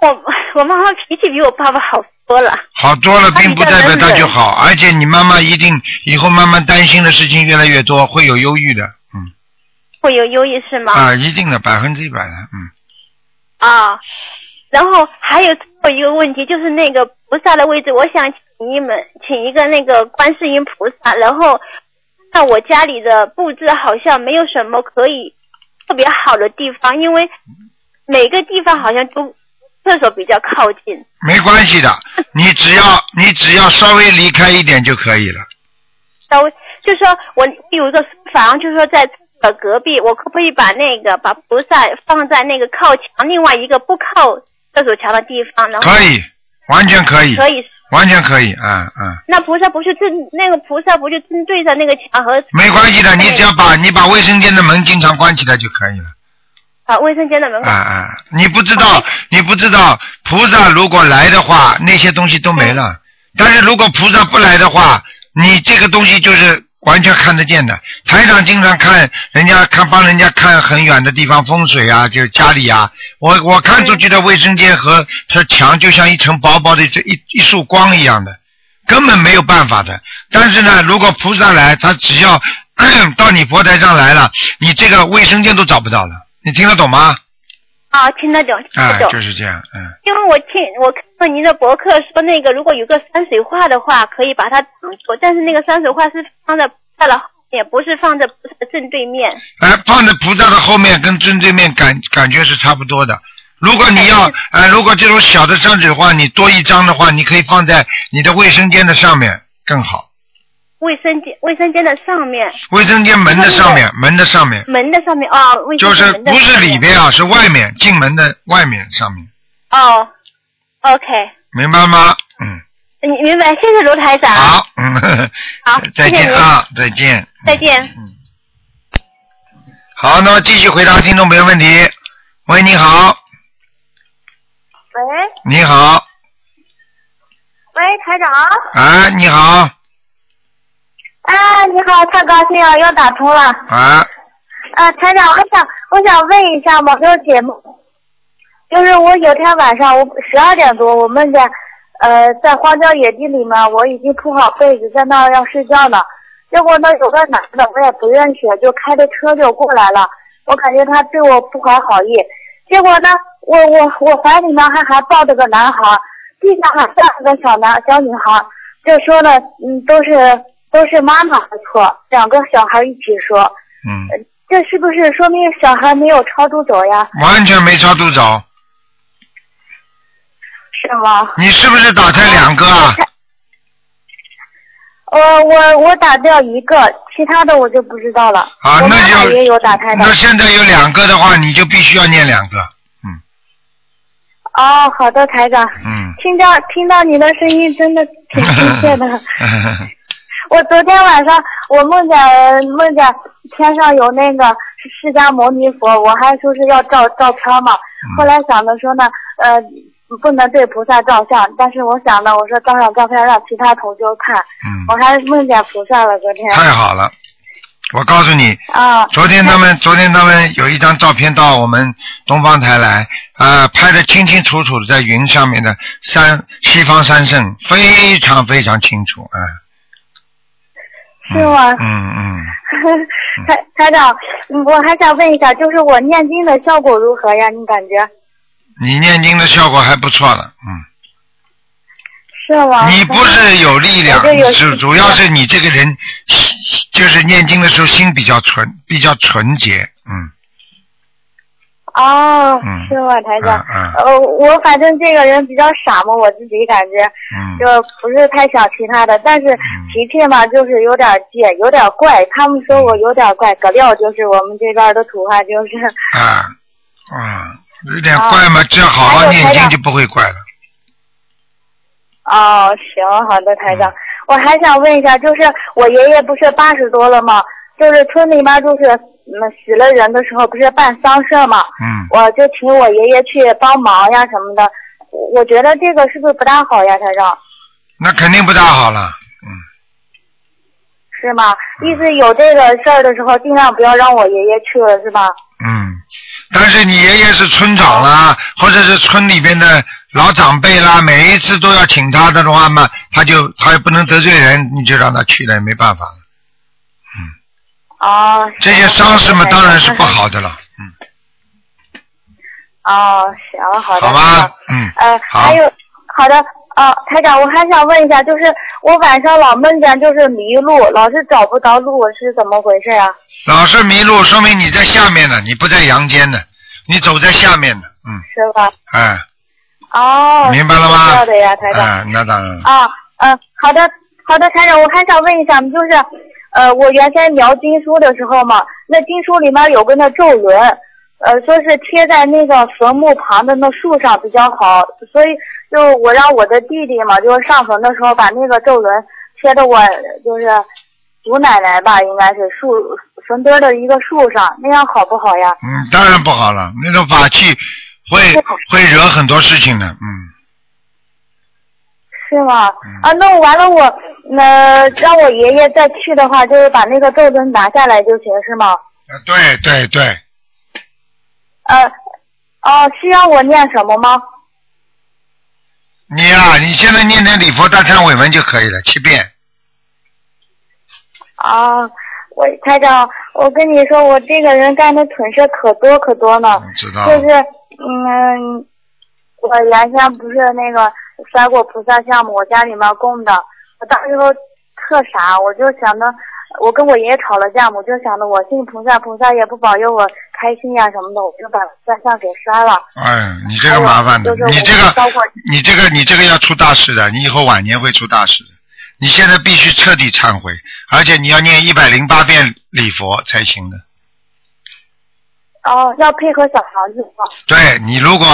F: 我我妈妈脾气比我爸爸好多了。
B: 好多了，
F: 那你
B: 并不
F: 再
B: 代表
F: 忍
B: 他就
F: 忍
B: 好，而且你妈妈一定以后慢慢担心的事情越来越多，会有忧郁的，嗯，
F: 会有忧郁是吗？
B: 啊，一定的，百分之一百的，嗯。
F: 啊，然后还有最后一个问题就是那个菩萨的位置，我想请你们请一个那个观世音菩萨，然后那我家里的布置好像没有什么可以特别好的地方，因为每个地方好像都厕所比较靠近。
B: 没关系 的，你只要你只要稍微离开一点就可以了。
F: 稍微就说我有一个书房，就说在厕所隔壁，我可不可以把那个把菩萨放在那个靠墙另外一个不靠厕所墙的地方？然后
B: 可以，完全可以，
F: 可以
B: 完全可以，嗯嗯，
F: 那菩萨不是正那个菩萨不就正对着那个墙和
B: 没关系的，你只要把你把卫生间的门经常关起来就可以了。
F: 啊卫生间的门口
B: 啊、啊、你不知道，你不知道，菩萨如果来的话，那些东西都没了。但是如果菩萨不来的话，你这个东西就是完全看得见的。台长经常看人家看帮人家看很远的地方风水啊，就是家里啊，我我看出去的卫生间和它墙就像一层薄薄的这一一束光一样的，根本没有办法的。但是呢，如果菩萨来，他只要嗯到你佛台上来了，你这个卫生间都找不到了。你听得懂吗？
F: 啊听得懂听
B: 啊
F: 得，懂，
B: 就是这样，嗯，
F: 因为我听我看到您的博客说那个如果有个山水画的话可以把它挡住，但是那个山水画是放在菩萨的后面，不是放在菩萨的正对面。
B: 哎，放在菩萨的后面跟正对面感感觉是差不多的。如果你要，哎，如果这种小的山水画你多一张的话，你可以放在你的卫生间的上面更好，
F: 卫生间卫生间的上面
B: 卫生间门的上面，门的上面，
F: 门的上面哦，卫生
B: 就
F: 间
B: 是
F: 门的
B: 不是
F: 上面
B: 里边啊，是外面，进门的外面上面，
F: 哦，OK，
B: 明白吗？嗯，
F: 你明白？谢谢卢台长，
B: 好，嗯， 呵呵
F: 好
B: 再
F: 谢谢
B: 见
F: 您
B: 啊，再见。
F: 再见。
B: 好，那么继续回答听众朋友问题。喂，你好，
G: 喂
B: 你好，
G: 喂，台长，
B: 哎，你好，
G: 啊，你好，太高兴了，又打通了。
B: 哎。
G: 啊，台长，我想我想问一下嘛，就是节目，就是我有天晚上我十二点多，我梦见，呃，在荒郊野地里面，我已经铺好被子，在那儿要睡觉呢。结果呢，有个男的我也不认识，就开着车就过来了，我感觉他对我不怀好意。结果呢，我我我怀里面还还抱着个男孩儿，地上还站着个小男小女孩儿，这说呢，嗯，都是都是妈妈的错，两个小孩一起说。
B: 嗯，
F: 呃
G: 这是不是说明小孩没有超度走呀？
B: 完全没超度走。
G: 是吗？
B: 你是不是打胎两个啊？
G: 呃，我我打掉一个，其他的我就不知道了。
B: 啊
G: 我
B: 那
G: 妈妈
B: 就
G: 也有打胎的。
B: 那现在有两个的话，你就必须要念两个。
G: 哦，好的，台长，
B: 嗯，
G: 听到听到你的声音真的挺 亲切的。我昨天晚上我梦见梦见天上有那个释迦牟尼佛，我还说是要照照片嘛。
B: 嗯
G: 后来想着说呢，呃，不能对菩萨照相，但是我想呢，我说照上照片让其他同修看。
B: 嗯
G: 我还梦见菩萨了，昨天。
B: 太好了。我告诉你，
G: 啊，
B: 昨天他们昨天他们有一张照片到我们东方台来，啊、拍的清清楚楚的，在云上面的山西方三圣，非常非常清楚啊、
G: 是吗？
B: 哎嗯嗯，
G: 台台长，嗯我还想问一下，就是我念经的效果如何呀？你感觉
B: 你念经的效果还不错了，嗯，
G: 是吗？
B: 你不是有力量
G: 我就有，
B: 主主要是你这个人，就是念经的时候心比较纯，比较纯洁，嗯
G: 哦，
B: 嗯
G: 是吗，台长？
B: 嗯嗯
G: 呃，我反正这个人比较傻嘛，我自己感觉就
B: 嗯，
G: 不是太想其他的，但是脾气嘛，就是有点倔，有点怪。他们说我有点怪，葛料就是我们这边的土话，就是
B: 啊，嗯，有点怪嘛，只要好
G: 啊
B: 好念经就不会怪了。
G: 哦，行，好的，台长。
B: 嗯
G: 我还想问一下，就是我爷爷不是八十多了吗？就是村里面就是嗯死了人的时候，不是办丧事儿嘛，
B: 嗯，
G: 我就请我爷爷去帮忙呀什么的。我我觉得这个是不是不大好呀，台长？
B: 那肯定不大好了，
G: 是吗？意思有这个事儿的时候，尽量不要让我爷爷去了，是吧？
B: 嗯，但是你爷爷是村长啦，或者是村里边的老长辈啦，每一次都要请他的话嘛，他就他也不能得罪人，你就让他去了，也没办法了。
G: 哦，
B: 这些伤势嘛，当然是不。好的了，嗯，
G: 哦，行，好
B: 好
G: 的。台长
B: 吧，嗯，
G: 呃，
B: 好
G: 还有好的，呃，台长，我还想问一下，就是我晚上老梦见就是迷路，老是找不着路，是怎么回事啊？
B: 老是迷路，说明你在下面呢，你不在阳间呢，你走在下面呢，嗯，
G: 是吧？
B: 哎，
G: 哦，
B: 明白了
G: 是这
B: 吗
G: 样的呀，台长。
B: 哎，那当然了，
G: 啊，嗯、好的，好的，台长，我还想问一下，就是，呃，我原先描经书的时候嘛，那经书里面有个那咒轮，呃，说是贴在那个坟墓旁的那树上比较好，所以就我让我的弟弟嘛，就是上坟的时候把那个咒轮贴到我就是祖奶奶吧，应该是树坟堆儿的一个树上，那样好不好呀？
B: 嗯，当然不好了，那种法器会会惹很多事情的，嗯。
G: 是吗？啊，弄完了我，那让我爷爷再去的话，就是把那个咒轮拿下来就行，是吗？
B: 呃对对对，
G: 呃，哦，需要我念什么吗？
B: 你呀、你现在念点礼佛大忏悔文就可以了，七遍。
G: 啊，我台长，我跟你说，我这个人干的蠢事可多可多呢。
B: 嗯知道
G: 就
B: 了。
G: 是，嗯，我原先不是那个摔过菩萨像嘛，我家里面供的，我当时都特傻，我就想着，我跟我爷爷吵了架嘛，我就想着我信菩萨，菩萨也不保佑我开心呀、什么的，我就把菩萨像给摔了。
B: 哎，你这个麻烦的，
G: 还有就是
B: 你这
G: 我包
B: 个
G: 括，
B: 你这个，你这个要出大事的，你以后晚年会出大事的。你现在必须彻底忏悔，而且你要念一百零八遍礼佛才行的。
G: 哦，要配合小房子放。
B: 对你，如果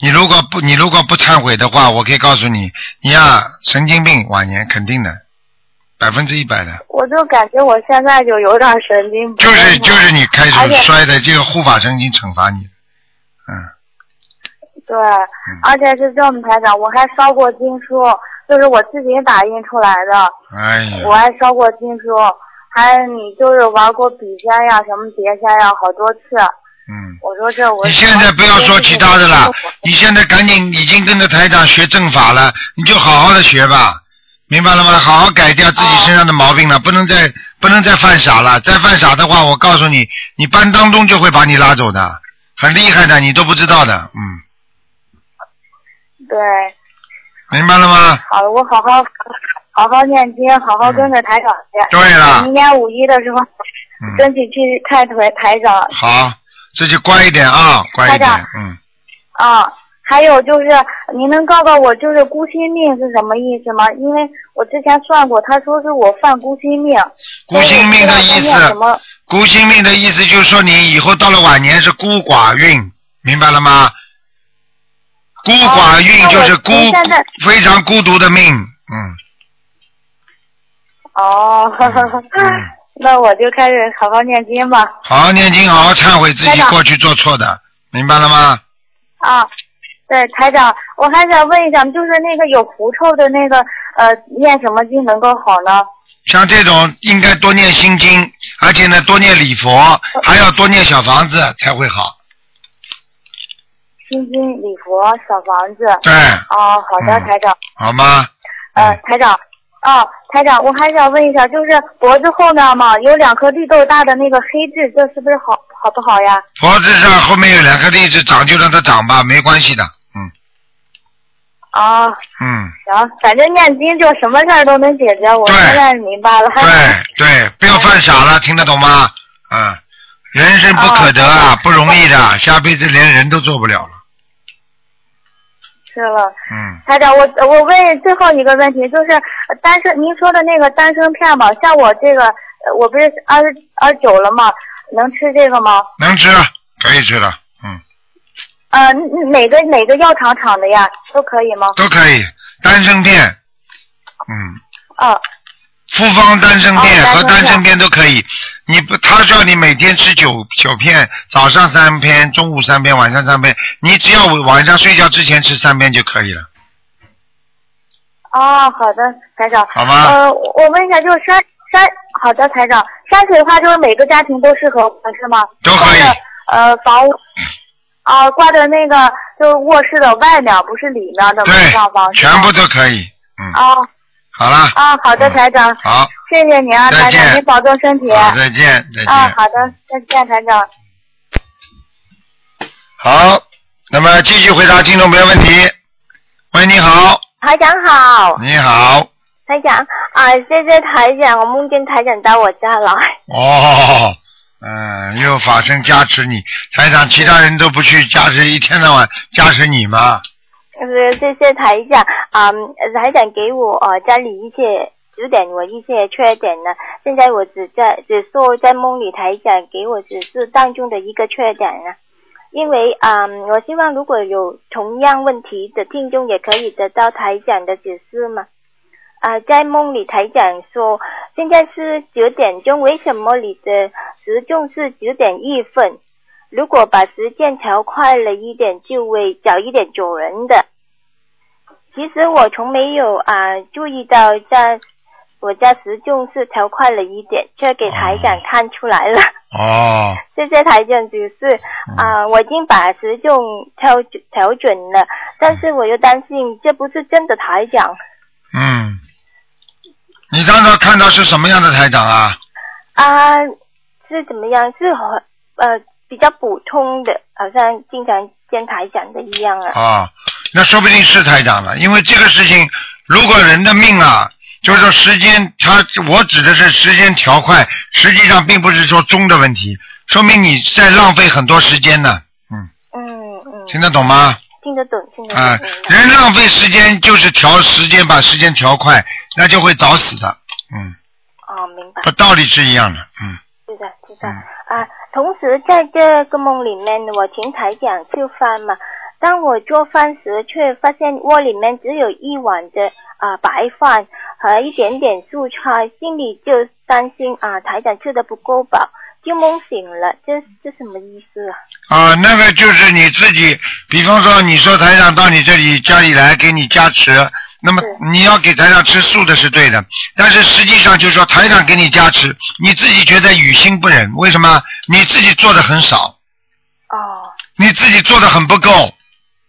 B: 你如果不你如果不忏悔的话，我可以告诉你，你呀、神经病，晚年肯定的，百分之一百的，
G: 我就感觉我现在就有点神经病
B: 就
G: 了。
B: 是就是你开
G: 嗯而
B: 始
G: 且
B: 摔的这个护法神已经惩罚你了，嗯。
G: 对，而且是这么台长，我还烧过经书，就是我自己打印出来的，
B: 哎呀，
G: 我还烧过经书，还就是玩过笔仙呀、什么碟仙呀，好多次。
B: 嗯，
G: 我说这我
B: 你现在不要说其他的了，你现在赶紧已经跟着台长学正法了，你就好好的学吧，明白了吗？好好改掉自己身上的毛病了，不能再不能再犯傻了，再犯傻的话，我告诉你，你班当中就会把你拉走的，很厉害的，你都不知道的，嗯，
G: 对，
B: 明白了吗？
G: 好了，我好好好好念经，好好跟着台长去。
B: 嗯对了
G: 明年五一的时候，
B: 嗯，
G: 争取去看台台长。
B: 好，自己乖一点啊，乖一
G: 台
B: 点
G: 长，
B: 嗯，
G: 啊，还有就是，您能告告我就是孤心命是什么意思吗？因为我之前算过，他说是我犯孤心命。
B: 孤心命的意
G: 所以我不知道他念什
B: 思，
G: 么？
B: 孤心命的意思就是说你以后到了晚年是孤寡运，明白了吗？孤寡运就是孤、
G: 哦那我现在
B: 非常孤独的命，嗯，
G: 哦，
B: 嗯
G: 那我就开始好好念经吧。
B: 好好念经，好好忏悔自
G: 台
B: 己
G: 长
B: 过去做错的，明白了吗？
G: 啊，对，台长，我还想问一下，就是那个有狐臭的那个，呃，念什么经能够好呢？
B: 像这种应该多念心经，而且呢多念礼佛，还要多念小房子才会好。
G: 心经、礼佛、小房子。
B: 对，
G: 哦，好的，
B: 嗯
G: 台长。
B: 好吗？
G: 呃，台长，哦，台长，我还想问一下，就是脖子后面嘛，有两颗绿豆大的那个黑痣，这是不是好好不好呀？
B: 脖子上后面有两颗荔枝长，就让它长吧，没关系的。嗯
G: 啊，
B: 嗯，
G: 行，反正念经就什么事儿都能解决，我
B: 对
G: 现在明白了。
B: 对对，不要犯傻了，听得懂吗？嗯，人生不可得
G: 哦
B: 啊，不容易的，下辈子连人都做不了了。
G: 是了，
B: 嗯，
G: 台长，我我问最后一个问题，就是呃单身，您说的那个丹参片嘛，像我这个，呃我不是二十二十九了嘛，能吃这个吗？
B: 能吃了，可以吃了，嗯，
G: 呃，哪个哪个药厂厂的呀？都可以吗？
B: 都可以。丹参片，嗯，
G: 嗯、
B: 复方丹参片
G: 哦
B: 和丹
G: 丹参片
B: 参片都可以。你不，他叫你每天吃九九片，早上三片，中午三片，晚上三片。你只要晚上睡觉之前吃三片就可以了，
G: 哦，好的，台长。
B: 好吗？
G: 呃，我我问一下，就是山山，好的，台长，山水画就是每个家庭都适合我是吗？
B: 都可以
G: 挂着呃，房屋啊、挂在那个就是卧室的外面，不是里面的门
B: 对
G: 上方。，是吧
B: 全部都可以。嗯，
G: 啊
B: 好了，
G: 啊，好的，
B: 嗯
G: 台长，
B: 好，
G: 谢谢您啊，
B: 再
G: 台
B: 见
G: 长，您保重身体。
B: 好，再见，再见。
G: 啊，好的，再见，台长。
B: 好，那么继续回答听众朋友问题。喂，你好，
H: 台长好，
B: 你好，
H: 台长啊，谢谢台长，我梦见台长到我家来。
B: 哦，嗯，又法身加持你，台长，其他人都不去加持，一天到晚加持你吗？
H: 呃，谢谢台长啊、台长给我呃家里一些指点我一些缺点呢。现在我只在只说在梦里台长给我只是当中的一个缺点呢。因为啊、我希望如果有同样问题的听众也可以得到台长的解释嘛。啊、在梦里台长说，现在是九点钟，为什么你的时钟是九点一分？如果把时间调快了一点，就会早一点走人的。其实我从没有啊、注意到在我家时钟是调快了一点，却给台长看出来了。
B: 哦，
H: 谢谢台长指示啊、我已经把时钟调准调准了，但是我又担心这不是真的台长
B: 嗯，你刚才看到是什么样的台长啊？
H: 啊、是怎么样？是很呃比较普通的，好像经常见台长的一样啊。
B: 哦，那说不定是台长了，因为这个事情，如果人的命啊，就是说时间，它我指的是时间调快，实际上并不是说钟的问题，说明你在浪费很多时间呢。嗯，
H: 嗯嗯，
B: 听得懂吗？
H: 听得懂，听得懂。
B: 啊、
H: 明白
B: 人浪费时间就是调时间，把时间调快，那就会早死的。嗯，
H: 哦，明白，
B: 和道理是一样的。嗯，
H: 知道知道啊。同时，在这个梦里面，我请台长吃饭嘛。当我做饭时，却发现锅里面只有一碗的啊、白饭和一点点素菜，心里就担心啊、台长吃的不够饱，就梦醒了。这这什么意思啊？
B: 啊、那个就是你自己，比方说你说台长到你这里家里来给你加持，那么
H: 是
B: 你要给台长吃素的是对的，但是实际上就是说台长给你加持，你自己觉得于心不忍，为什么？你自己做的很少，
H: 哦，
B: 你自己做的很不够。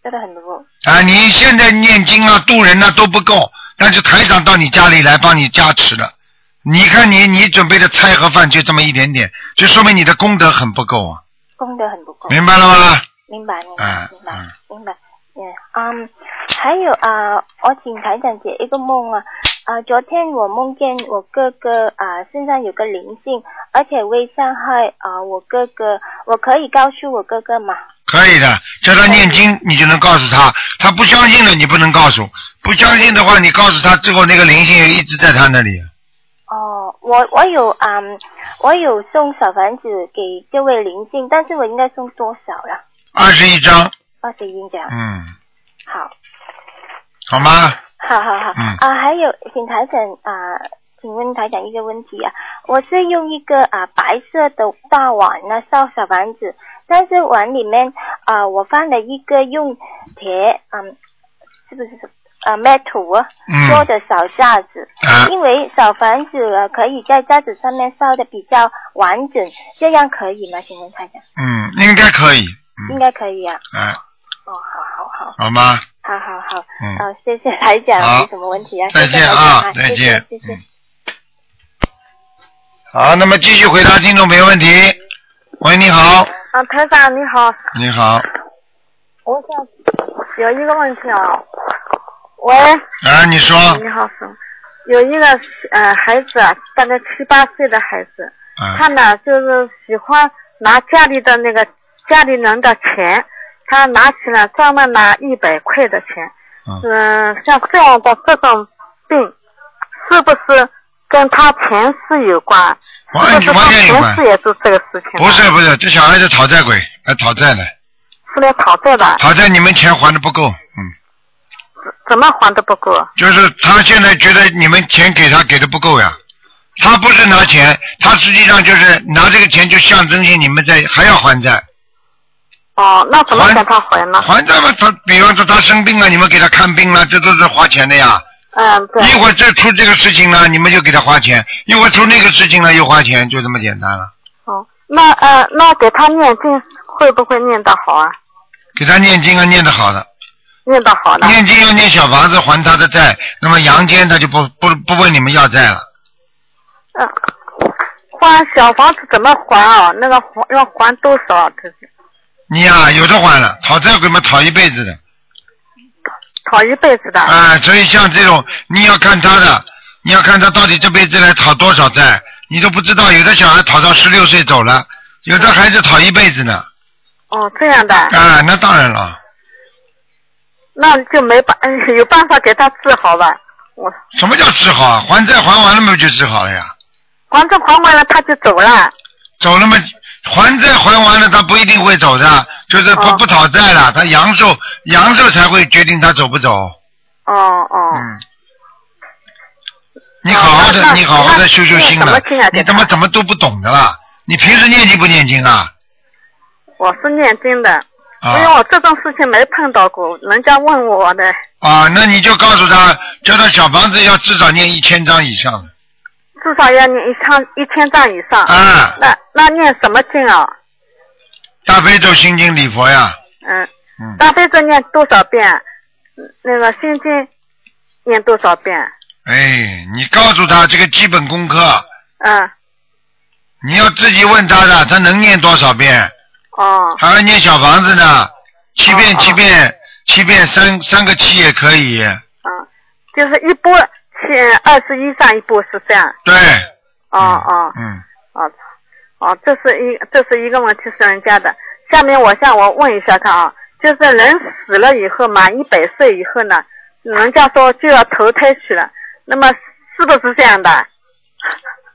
H: 真的很不够。
B: 啊，你现在念经啊、渡人啊都不够，但是台长到你家里来帮你加持了。你看你你准备的菜和饭就这么一点点，就说明你的功德很不够啊，
H: 功德很不够。
B: 明白了吗？
H: 明白，明
B: 嗯
H: 白，明白
B: 嗯，
H: 明白。嗯，嗯，还有啊、我请台长解一个梦啊，啊、昨天我梦见我哥哥啊、身上有个灵性，而且会伤害啊、我哥哥，我可以告诉我哥哥吗？
B: 可以的，叫他念经，你就能告诉他。他不相信的，你不能告诉；不相信的话，你告诉他，最后那个灵性也一直在他那里。
H: 哦，我我有啊、嗯我有送小房子给这位灵性，但是我应该送多少呀？
B: 二十一章，
H: 二十一这样，
B: 嗯，
H: 好。
B: 好吗？
H: 好好好，
B: 嗯
H: 啊，还有，请台长啊、请问台长一个问题啊，我是用一个啊、白色的大碗呢烧小房子，但是碗里面啊、我放了一个用铁嗯，是不是啊 metal 啊
B: 嗯
H: 做的小架子，
B: 啊，
H: 因为小房子啊可以在架子上面烧的比较完整，这样可以吗？请问台长，
B: 嗯，应该可以，
H: 应
B: 嗯，
H: 该可以啊。
B: 哎、
H: 哦，好好好，
B: 好吗？
H: 好好好好，
B: 嗯
H: 嗯，谢谢台长，
B: 好
H: 没什么问题啊，
B: 再
H: 谢谢
B: 见
H: 台
B: 啊
H: 长
B: 再
H: 谢谢
B: 见
H: 谢谢。
B: 好，那么继续回答听众朋友问题。喂，你好，
I: 啊，台长你好，
B: 你好，
I: 我想有一个问题啊。喂，
B: 啊，你说，
I: 哎你好，师傅有一个呃孩子啊，大概七八岁的孩子，他
B: 啊，
I: 呢就是喜欢拿家里的那个家里人的钱，他拿起来专门拿一百块的钱，
B: 嗯
I: 嗯、像这样的这种病，是不是跟他前世有关？
B: 完
I: 是不是
B: 完
I: 他
B: 全有
I: 前
B: 关
I: 世，也做这个事情？啊
B: 不，是不是，这小孩是讨债鬼，来讨债的，
I: 是来讨债的，
B: 讨债你们钱还的不够，嗯，
I: 怎么还都不够。
B: 就是他现在觉得你们钱给他给的不够呀，他不是拿钱，他实际上就是拿这个钱就象征性你们在还要还债，
I: 哦，那怎么
B: 还
I: 给他还呢？
B: 还债嘛，他比方说他生病了，你们给他看病了，这都是花钱的呀，
I: 嗯，对。
B: 一会儿这出这个事情了，你们就给他花钱，一会儿出那个事情了又花钱，就这么简单了。
I: 哦，那呃，那给他念经会不会念得好啊？
B: 给他念经啊，念得好的，
I: 念得好的。
B: 念经要念小房子还他的债，那么阳间他就不不不问你们要债了。
I: 嗯、还小房子怎么还啊？那个还要还多少啊？这是
B: 你呀、有的还了，讨债鬼嘛，讨一辈子的。
I: 讨一辈子的。
B: 啊，所以像这种，你要看他的，你要看他到底这辈子来讨多少债，你都不知道。有的小孩讨到十六岁走了，有的孩子讨一辈子呢。
I: 哦，这样的，
B: 啊，那当然了，
I: 那就没办， 有办法给他治好吧？我
B: 什么叫治好啊？还债还完了嘛，就治好了呀。
I: 还债还完了，他就走了。
B: 走了嘛，还债还完了，他不一定会走的，就是不、
I: 哦
B: 不讨债了，他阳寿阳寿才会决定他走不走。
I: 哦哦。
B: 嗯。你好好
I: 那
B: 的，你好好的修修心
I: 那
B: 了
I: 念什么经啊，
B: 你
I: 给
B: 怎
I: 他
B: 么怎么都不懂的啦？你平时念经不念经啊？
I: 我是念经的，因为
B: 啊
I: 我这种事情没碰到过，人家问我的，
B: 啊，那你就告诉他，叫他小房子要至少念一千张以上的
I: 至少要念一千一千张以上。
B: 啊，
I: 那那念什么经啊？
B: 大悲咒、心经、礼佛呀，
I: 嗯，
B: 嗯，
I: 大悲咒念多少遍？嗯那个心经念多少遍？
B: 哎，你告诉他这个基本功课，
I: 嗯，
B: 你要自己问他的，他能念多少遍？
I: 哦，
B: 还要念小房子呢，七遍
I: 哦
B: 七遍七遍三三个七也可以，
I: 嗯，就是一波欠二十一上一波是这样。
B: 对，
I: 哦哦
B: 嗯，
I: 哦哦，这是一这是一个问题是人家的。下面我向我问一下他啊，就是人死了以后满一百岁以后呢，人家说就要投胎去了，那么是不是这样的？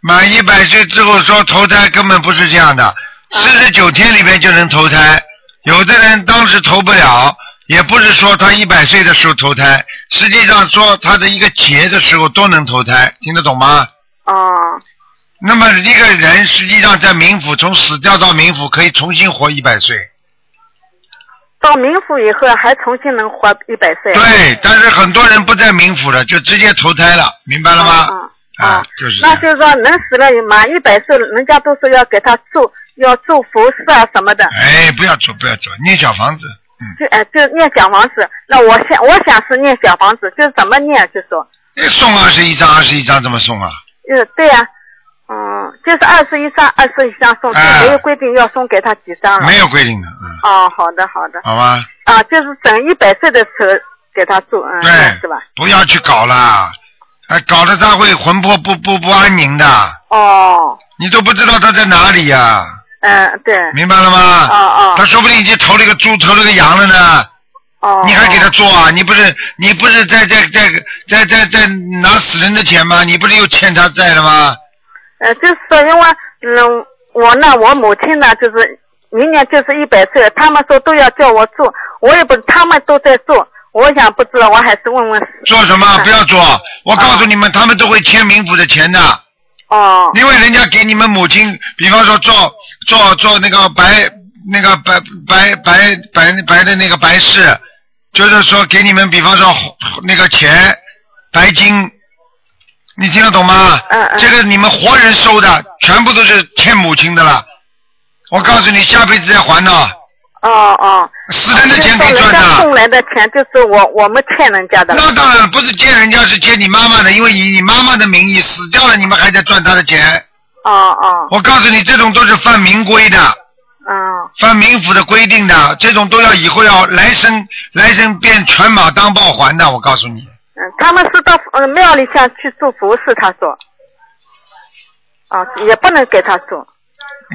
B: 满一百岁之后说投胎根本不是这样的，
I: 嗯
B: 四十九天里面就能投胎，有的人当时投不了，也不是说他一百岁的时候投胎，实际上说他的一个劫的时候都能投胎，听得懂吗？
I: 哦
B: 那么一个人实际上在冥府从死掉到冥府可以重新活一百岁，
I: 到冥府以后还重新能活一百岁。啊
B: 对，但是很多人不在冥府了，就直接投胎了，明白了吗？
I: 嗯嗯
B: 啊
I: 嗯，
B: 就是这
I: 那
B: 样
I: 就是说，人死了满一百岁，人家都说要给他祝，要祝福事啊什么的，
B: 哎，不要走，不要走，念小房子，嗯，
I: 就哎、就念小房子。那我想我想是念小房子，就是怎么念，就说，
B: 哎送二十一张，二十一张怎么送啊？
I: 嗯，对呀、嗯，就是二十一张，二十一张送，就
B: 哎
I: 没有规定要送给他几张了。
B: 没有规定的，嗯，
I: 哦，好的好的，
B: 好吧，
I: 啊，就是等一百岁的时候给他祝，嗯，
B: 对
I: 是吧？，
B: 不要去搞啦，哎，搞得他会魂魄不不不安宁的，
I: 哦，
B: 你都不知道他在哪里呀、
I: 嗯，对，
B: 明白了
I: 哦
B: 吗？
I: 哦
B: 他说不定已经投了一个猪，投了个羊了呢，
I: 哦，
B: 你还给他做啊？你不是你不是在在在在在在拿死人的钱吗？你不是又欠他债了吗？
I: 呃，就是说因为嗯，我呢，我母亲呢，就是明年就是一百岁了，他们说都要叫我做，我也不，他们都在做，我想不知道，我还是问问。
B: 做什
I: 嗯
B: 么？不要做！我告诉
I: 哦
B: 你们，他们都会欠冥府的钱的。
I: 哦
B: 因为人家给你们母亲，比方说做做做那个白那个白白白白白的那个白事，就是说给你们比方说那个钱白金，你听得懂吗？
I: 嗯嗯
B: 这个你们活人收的，全部都是欠母亲的了。我告诉你，下辈子再还呢。
I: 哦哦哦。
B: 死人的钱
I: 从
B: 可以
I: 人
B: 赚
I: 家
B: 的
I: 送来的钱就是我我们欠人家的了。
B: 那当然不是接人家，是接你妈妈的，因为以你妈妈的名义死掉了，你们还在赚她的钱。
I: 哦哦，
B: 我告诉你，这种都是犯民规的，
I: 嗯，
B: 犯民府的规定的，这种都要以后要来生来生变犬马当报还的。我告诉你，
I: 嗯，他们是到呃庙里向去做服饰，他说，哦，也不能给他做。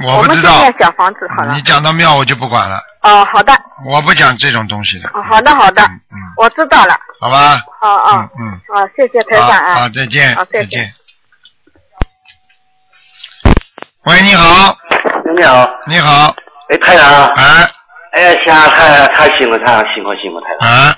B: 我不
I: 们
B: 知
I: 就
B: 道。嗯
I: 念小房子好了
B: 你。讲到庙我就不管了，
I: 哦，好的，
B: 我不讲这种东西的，
I: 哦好的，
B: 嗯
I: 好的，我知道了。
B: 好吧？
I: 哦哦，
B: 嗯
I: 哦，谢谢台
B: 嗯，
I: 长
B: 好，
I: 啊
B: 好，。再见
I: 好，
B: 再
I: 再见
B: 见。喂，你好，
J: 你好，
B: 你好，
J: 哎，台长，
B: 哎
J: 哎呀，下太太辛苦，太长辛苦辛苦，太长，
B: 哎，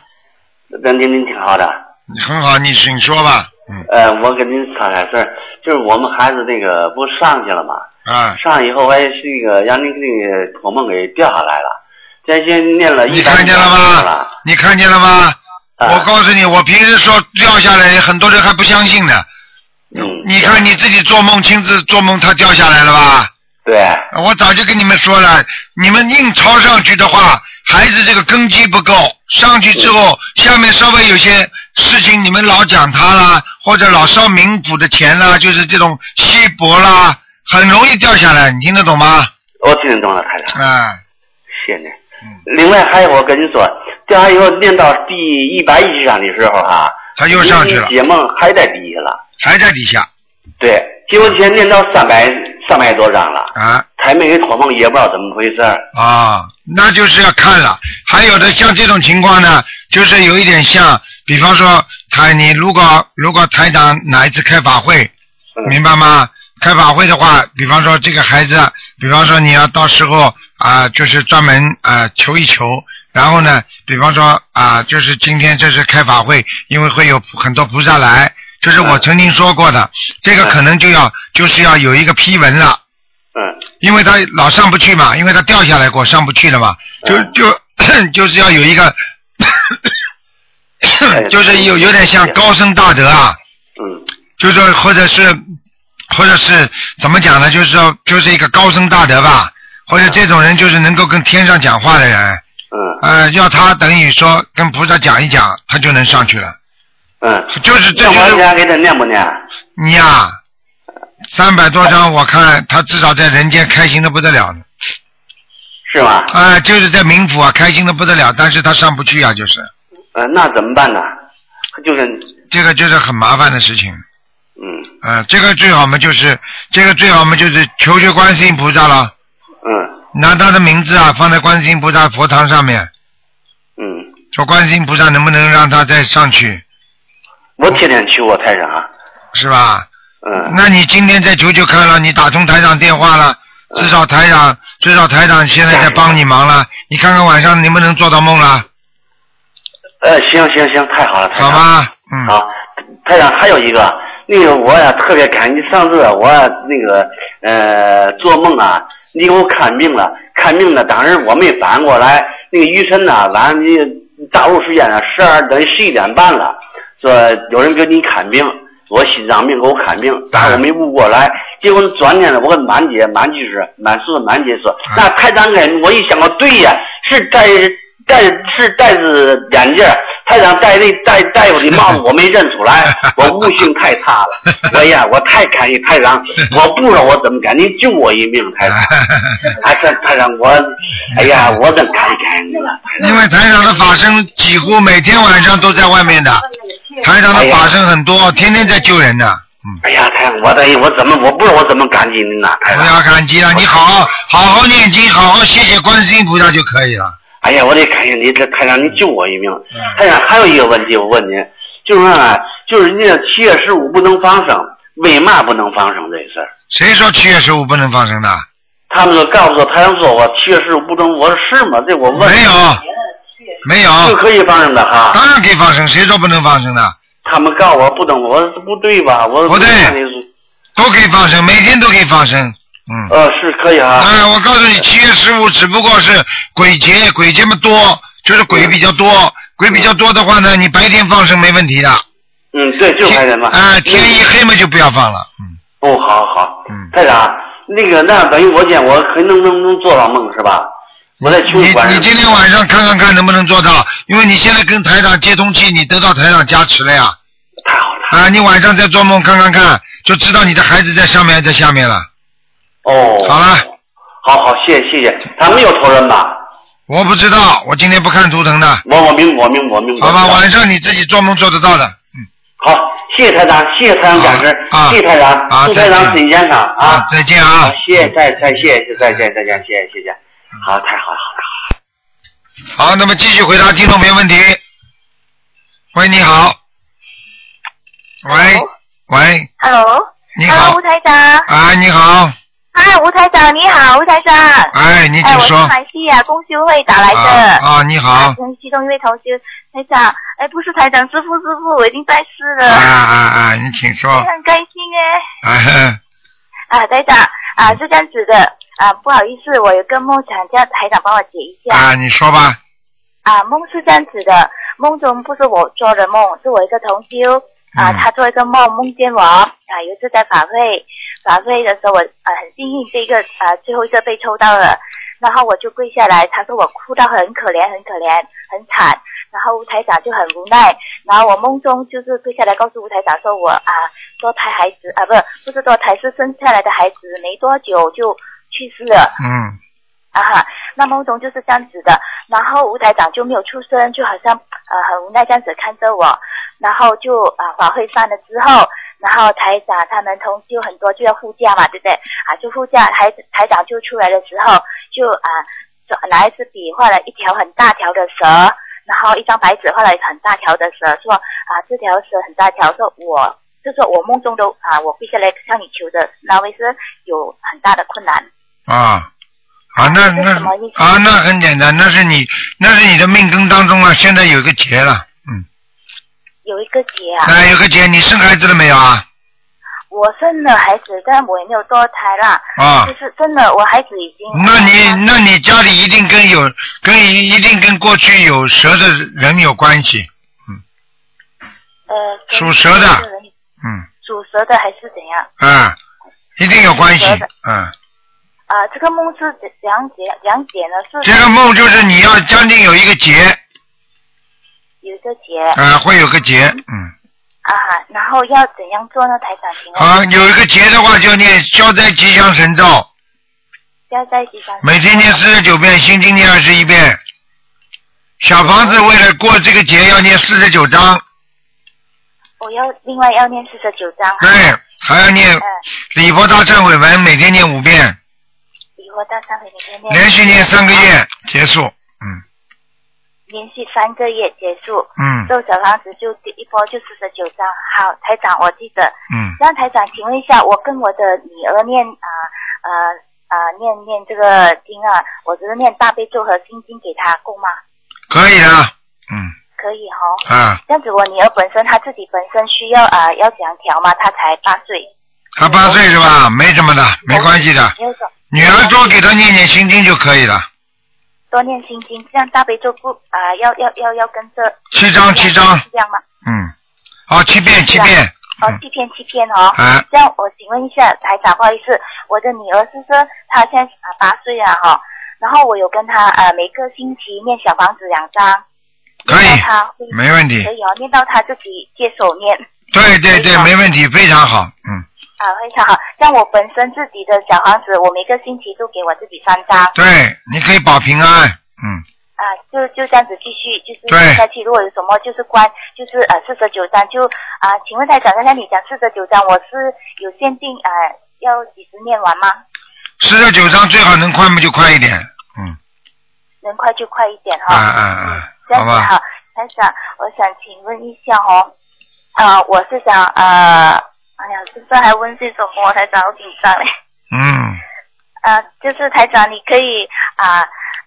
J: 那您您挺好的。
B: 你很好，你请说吧，
J: 呃，我给您说点事儿，就是我们孩子那个不上去了嘛，
B: 啊，
J: 上以后哎，那个让那个那个托梦给掉下来了，这先念了一
B: 你
J: 百
B: 看见了
J: 遍
B: 吗
J: 了？
B: 你看见了吗？
J: 啊
B: 我告诉你，我平时说掉下来，很多人还不相信呢。
J: 嗯，
B: 你看你自己做梦，亲自做梦，它掉下来了吧？
J: 对，
B: 我早就跟你们说了，你们硬抄上去的话，孩子这个根基不够，上去之
J: 嗯
B: 后，下面稍微有些事情，你们老讲他啦，或者老烧冥府的钱啦，就是这种稀薄啦，很容易掉下来，你听得懂吗？
J: 我哦听懂了，台长，
B: 哎，
J: 谢谢您。另外还有，我跟你说，掉下以后念到第一百一十章的时候啊，
B: 他又上去了
J: 你，解梦还在底下了，
B: 还在底下
J: 对，结果今天念到三百三百多章了。
B: 啊
J: 还没给托梦，也不知道怎么回事儿。
B: 啊，那就是要看了。还有的像这种情况呢，就是有一点像，比方说台，你如果如果台长哪一次开法会，明白吗？开法会的话，比方说这个孩子，啊比方说你要到时候啊、就是专门啊、求一求，然后呢，比方说啊、就是今天这是开法会，因为会有很多菩萨来，就是我曾经说过的，这个可能就要就是要有一个批文了，
J: 嗯，
B: 因为他老上不去嘛，因为他掉下来过，上不去了嘛，就就就是 要有一个，就是哎有有点像高僧大德啊，
J: 嗯，
B: 就是说或者是或者是怎么讲呢？就是说就是一个高僧大德吧，或者这种人就是能够跟天上讲话的人，
J: 嗯
B: 呃，要他等于说跟菩萨讲一讲，他就能上去了。
J: 嗯，
B: 就是这
J: 那
B: 就
J: 我
B: 是
J: 家给他念不念？
B: 你呀、三百多张，我看他至少在人间开心的不得了呢。
J: 是吗？
B: 啊、就是在冥府啊，开心的不得了，但是他上不去啊，就是
J: 呃，那怎么办呢？就是，
B: 这个就是很麻烦的事情。
J: 嗯
B: 呃，这个最好嘛就是这个最好嘛就是求求观世音菩萨了。
J: 嗯
B: 拿他的名字啊放在观世音菩萨佛堂上面，
J: 嗯，
B: 说观世音菩萨能不能让他再上去，
J: 我天天去我台上，啊
B: 是吧？
J: 嗯
B: 那你今天再求求看了，你打通台长电话了，至少台长至少台长现在在帮你忙了，你看看晚上能不能做到梦了，
J: 呃，行行行，太好了，台
B: 好
J: 长，
B: 吗？嗯，
J: 好，台长还有一个，那个我呀特别感激上次我呀那个呃做梦啊，你给我看病了，看病呢，当时我没反应过来，那个医生呢，完了那个大陆时间呢十二等于十一点半了，说有人给你看病，我心脏病给我看病，但我没悟过来，结果转天呢，我跟满姐、满居士、满叔、满姐说，那台长给我一想，我对呀，是在。戴是戴着眼镜儿，台长戴那戴戴我的帽子，我没认出来，我悟性太差了。哎呀，我太感谢台长，我不知道我怎么感，您救我一命，台长，还是台长我，哎呀，我真感谢感谢您了。
B: 因为台长的法身几乎每天晚上都在外面的，台长的法身很多，天天在救人呢。
J: 哎呀，台长，我的我怎么我不知道我怎么感激您呐，哎台
B: 不
J: 长。
B: 要感激啊了，你好好好好念经，好好谢谢观世音菩萨就可以了。
J: 哎呀，我得感谢您，这台长您救我一命。
B: 嗯
J: 台长还有一个问题，我问您，就是说啊，就是人家七月十五不能放生，为嘛不能放生这事儿？
B: 谁说七月十五不能放生的？
J: 他们说告诉我，台上说我七月十五不能，我说是吗？这我问
B: 没有，没
J: 就
B: 有，
J: 可以放生的哈。
B: 当然可以放生，谁说不能放生的？
J: 他们告我不懂，我说不对吧？我
B: 不对
J: 看你是
B: 都可以放生，每天都可以放生。嗯，
J: 呃，是可以
B: 当
J: 啊。
B: 然，我告诉你，七月十五只不过是鬼节，鬼节嘛多，就是
J: 嗯
B: 鬼比较多，鬼比较多的话呢，你白天放生没问题的。
J: 嗯，对，就还人嘛。
B: 啊，天一黑嘛就不要放了。嗯，
J: 哦，好好。啊
B: 嗯
J: 台长，那个那等于我讲，我还能能能做到梦是吧？我在
B: 你
J: 清管。
B: 你今天晚上看看看能不能做到，因为你现在跟台长接通气，你得到台长加持了呀。太好了。啊，你晚上再做梦看看看，就知道你的孩子在上面还在下面了。
J: 哦。好了。好好，谢谢谢谢。他没有投人吧？
B: 我不知道，我今天不看图腾的。
J: 我我明我明我明。
B: 好吧，
J: 我知道
B: 晚上你自己做梦做得到的。嗯
J: 好，谢谢台长，谢谢台长讲师，
B: 啊
J: 谢谢台长，
B: 啊
J: 祝台
B: 再见
J: 长身体健康啊！
B: 再见啊
J: 好！谢谢，再再谢谢，再见，再见，谢谢，谢谢。好，太好了，好了。
B: 好，那么继续回答听众朋友问题。喂，你好。喂，喂，
K: Hello，
B: 你好
K: 啊，吴台长，
B: 啊，你好，
K: 嗨，吴台长，你好，吴台长，
B: 哎，你
K: 哎，
B: 请
K: 我是
B: 说。
K: 马来西亚公修会打来的，
B: 啊啊你好
K: 啊很激动，因为同修台长，哎，不是台长，师傅，师傅，我已经拜师了，
B: 啊啊啊！你请说。
K: 很开心
B: 啊呵
K: 哎，啊，台长，
B: 嗯
K: 啊，是这样子的，啊，不好意思，我有个梦想，叫台长帮我解一下，
B: 啊，你说吧。
K: 啊，梦是这样子的，梦中不是我做的梦，是我一个同修啊，
B: 嗯
K: 他做一个梦，梦见我啊，有一次在法会，法会的时候我啊很幸运，这一个啊最后一个被抽到了，然后我就跪下来，他说我哭到很可怜，很可怜，很惨，然后吴台长就很无奈，然后我梦中就是跪下来告诉吴台长说我啊堕胎孩子啊不不是堕胎是生下来的孩子没多久就去世了，
B: 嗯
K: 啊哈，那梦中就是这样子的。然后吴台长就没有出声，就好像呃很无奈这样子看着我。然后就啊、法会散了之后，然后台长他们同修很多就要护驾嘛，对不对？啊，就护驾，台台长就出来的时候就啊、找拿一支笔画了一条很大条的蛇，然后一张白纸画了很大条的蛇，说啊这条蛇很大条，说我。就说我梦中都啊，我跪下来向你求的那位是有很大的困难，
B: 啊啊，那
K: 这是
B: 那
K: 什么意思
B: 啊，那很简单，那是你那是你的命根当中啊，现在有一个结了。
K: 有一个结啊。
B: 哎，有个结，你生孩子了没有
K: 嗯
B: 啊？
K: 我生了孩子，但我也没有堕胎啦。
B: 啊
K: 就是真的，我孩子已经。
B: 那你那你家里一定跟有跟一一定跟过去有蛇的人有关系，
K: 呃，
B: 属蛇的，嗯
K: 属蛇的还是怎样？
B: 啊，一定有关系
K: 属蛇的，
B: 嗯。
K: 啊、这个梦是怎怎样解讲解呢？是
B: 这个梦就是你要将近有一个结，
K: 有一个结
B: 啊，会有个结，嗯，
K: 啊哈，然后要怎样做呢？台长，请问
B: 啊，有一个结的话就念消灾吉祥神咒，
K: 要在一起想
B: 每天念四十九遍，心经念二十一遍。小房子为了过这个节要念四十九章，
K: 我要另外要念四十九章。
B: 对，哎还要念
K: 嗯
B: 礼佛大忏悔文，每天念五遍，
K: 以后到上回每天念。
B: 连续念三个月结束。
K: 连续三个月结束，
B: 嗯
K: 做小房子就第一波就四十九张。好，台长，我记得。
B: 嗯
K: 那台长，请问一下，我跟我的女儿念啊呃呃念念这个经啊，我只是念大悲咒和心经给她够吗？
B: 可以啊嗯的，
K: 可以哈、
B: 啊，
K: 这样子，我女儿本身她自己本身需要啊、呃要怎样调吗？她才八岁，
B: 他八岁是吧？没什么的，没关系的。
K: 没有说
B: 女儿多给他念念心经就可以了，
K: 多念心经，这样大悲咒不啊、要要要要跟着
B: 七张七张
K: 是这样吗？
B: 嗯，好，七遍七遍，嗯
K: 哦，欺骗欺骗哦。
B: 啊
K: 这样我请问一下台长，不好意思，我的女儿是说她现在啊八岁了哈、然后我有跟她呃每个星期念小房子两张，
B: 可以
K: 念到她会
B: 没问题
K: 可以哦，念到她自己接手念
B: 对对对，没问题，非常好，嗯，
K: 啊、非常好。像我本身自己的小房子，我每个星期都给我自己三张
B: 对，你可以保平安，嗯，
K: 啊、就就这样子继续就是
B: 对
K: 念下去。如果有什么就是关就是呃四十九张就啊、请问台长刚才你讲四十九张，我是有限定啊、呃要几时念完吗？
B: 四十九章最好能快嘛就快一点，嗯，
K: 能快就快一点
B: 啊
K: 哈、
B: 啊啊，
K: 这样
B: 好
K: 子
B: 吧，
K: 哈，台长，我想请问一下哦，啊、我是想呃，哎呀，这这还问些什么？台长，好紧张嘞。
B: 嗯，
K: 呃，就是台长，你可以啊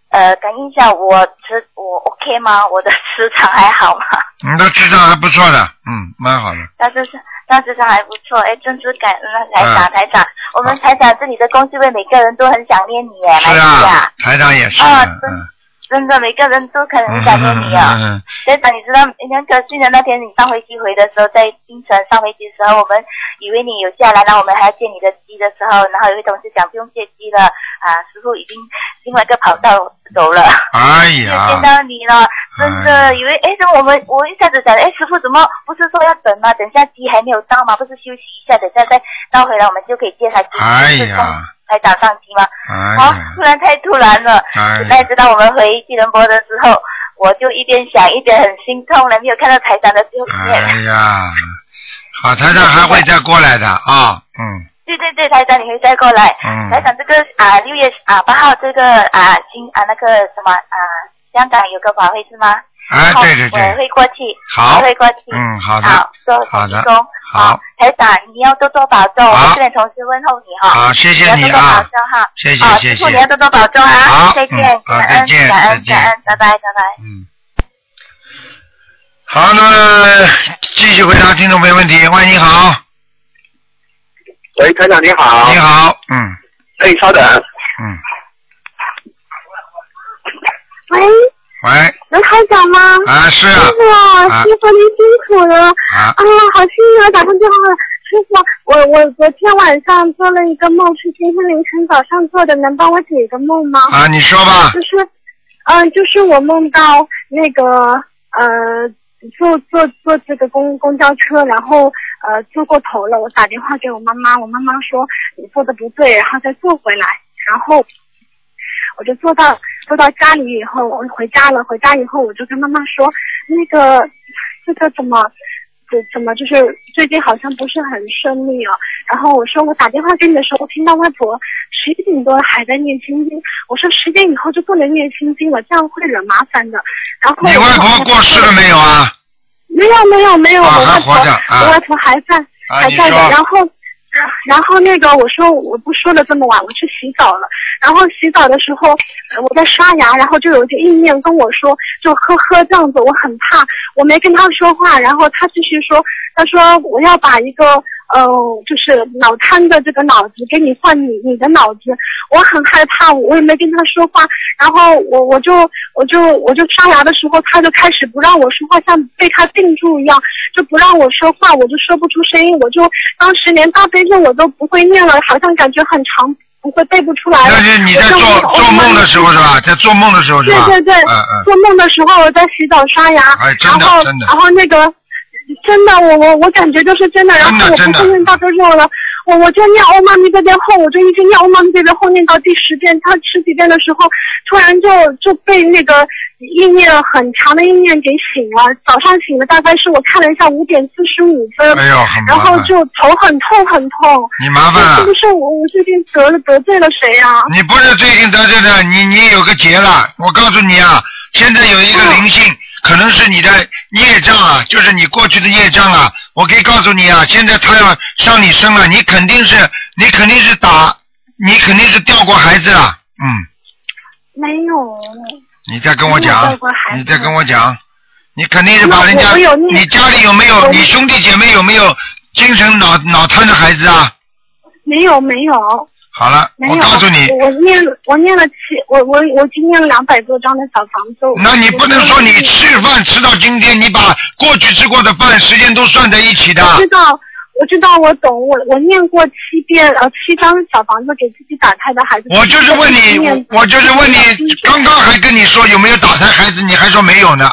K: 呃感应一下我磁我 OK 吗？我的 磁场还好吗？
B: 你的嗯智商还不错的，嗯，蛮好的，
K: 大致上大致上还不错，哎，真是感恩啊，台
B: 啊
K: 长，台长，我们台长这里的公司会每个人都很想念你耶，
B: 是
K: 来西
B: 啊
K: 亚，，
B: 台长也是，
K: 啊
B: 嗯
K: 真的每个人都可能很想念你哦。
L: 啊
B: 嗯
K: 队长，你知道那个去年那天你上飞机回的时候，在京城上飞机的时候，我们以为你有下来，然后我们还要借你的机的时候，然后有一位同事讲不用借机了啊，师傅已经另外一个跑道
G: 走了。
B: 哎
G: 见
B: 呀，
G: 到你了，真的以为哎，怎么我们我一下子想，哎，师傅怎么不是说要等吗？等下机还没有到吗？不是休息一下，等下再到回来我们就可以接他机，
B: 哎呀，
G: 才打上机吗？
B: 哎
G: 好
B: 呀，，
G: 突然太突然了。
B: 哎
G: 现在
B: 呀，
G: 知道我们回吉隆坡的时候，我就一边想一边很心痛了，没有看到台长的最后一面。
B: 哎呀，好，台长还会再过来的啊，嗯，
G: 对对对，台长你会再过来。
B: 嗯
G: 台长这个啊，六月啊八号这个啊新啊那个什么啊香港有个法会是吗？
B: 哎，对对
G: 我
B: 对，
G: 会过去，
B: 好
G: 我会过去。
B: 嗯，好的
G: 好，，多
B: 好的
G: 鞠躬
B: 好，
G: 台长你要多多保重，
B: 好
G: 我这边同事问候你哈。
B: 好，谢谢
G: 你
B: 你
G: 要多多保
B: 啊
G: 重，哈，
B: 谢谢
G: 啊
B: 谢
G: 师
B: 谢
G: 傅，你要多多保重啊！
B: 好
G: 再见，
B: 嗯好
G: 感
B: 再
G: 恩
B: 见
G: 感
B: 再
G: 恩
B: 见
G: 感恩，拜拜拜拜。
B: 嗯。好，那么继续回答听众朋友问题。喂，你好，
M: 喂，团长你好。
B: 你。好，嗯
M: 哎，稍等。
B: 嗯，
L: 喂，
B: 喂，
L: 能开讲吗？
B: 啊是啊
L: 师傅，
B: 啊
L: 师傅您辛苦了。
B: 啊
L: 哎呀，好幸运啊，打通电话了。师傅，我我昨天晚上做了一个梦，是今天凌晨早上做的，能帮我解一个梦吗？
B: 啊你说吧
L: 就是，嗯、就是我梦到那个呃，坐坐坐这个公公交车，然后呃坐过头了。我打电话给我妈妈，我妈妈说你坐的不对，然后再坐回来，然后。我就坐到坐到家里以后，我回家了。回家以后，我就跟妈妈说，那个这个怎么怎怎么就是最近好像不是很顺利哦。然后我说我打电话给你的时候，我听到外婆十一点多还在念心经。我说十点以后就不能念心经了，这样会惹麻烦的。然后
B: 你外婆过世了没有啊？
L: 没有没有没有，
B: 啊
L: 我
B: 还活
L: 外婆、
B: 着啊
L: 我外婆还在、
B: 啊
L: 还
B: 你
L: 在的，
B: 说
L: 然后。啊然后那个我说我不说了这么晚，我去洗澡了。然后洗澡的时候呃我在刷牙，然后就有一个意念跟我说，就呵呵这样子，我很怕，我没跟他说话。然后他继续说，他说我要把一个呃就是脑瘫的这个脑子给你换你你的脑子，我很害怕，我也没跟他说话。然后我我就我就我就刷牙的时候，他就开始不让我说话，像被他定住一样，就不让我说话，我就说不出声音，我就当时连大悲咒我都不会念了，好像感觉很长，不会背不出来了。
B: 那是你在
L: 我
B: 做
L: 就
B: 做梦的时候是
M: 哦
B: 吧？在做梦的时候是吧？
L: 对对对，
B: 嗯嗯，
L: 做梦的时候我在洗澡刷牙，
B: 哎真
L: 然
B: 的
L: 后
B: 真的
L: 然后那个真的，我我我感觉就是真的，然后我
B: 真
L: 不
B: 的
L: 会念大悲咒了。我我就念欧妈咪这边后，我就一直念欧妈咪这边后，念到第十遍，他十几遍的时候，突然就就被那个意念很强的意念给醒了。早上醒了，大概是我看了一下五点四十五分，
B: 哎呦很麻
L: 然
B: 烦
L: 后就头很痛很痛。
B: 你麻烦
L: 是
B: 了
L: 不。是我我最近得了得罪了谁啊呀、
B: 你不是最近得罪的，你你有个结了。我告诉你啊，现在有一个灵性，可能是你的业障啊，就是你过去的业障啊。我可以告诉你啊，现在他要上你身了，你肯定是你肯定是打，你肯定是掉过孩子了。嗯，
L: 没有。
B: 你再跟我
L: 没有
B: 讲
L: 掉过孩，子
B: 你再跟我讲，你肯定是把人
L: 那
B: 家
L: 我有，念
B: 你家里有没有，
L: 我
B: 你兄弟姐妹有没有精神脑脑瘫的孩子啊？
L: 没有没有
B: 好了，
L: 没
B: 啊我
L: 有，
B: 告诉你，
L: 我念我念了七，我我我今念了两百多张的小房子。我
B: 那你不能说你吃饭吃到今天，你把过去吃过的饭时间都算在一起的。
L: 我知道，我知道，我懂，我我念过七遍呃七张小房子给自己打胎的孩子。
B: 我就是问你，
L: 念
B: 我我就是问你，刚刚还跟你说有没有打胎孩子，你还说没有呢。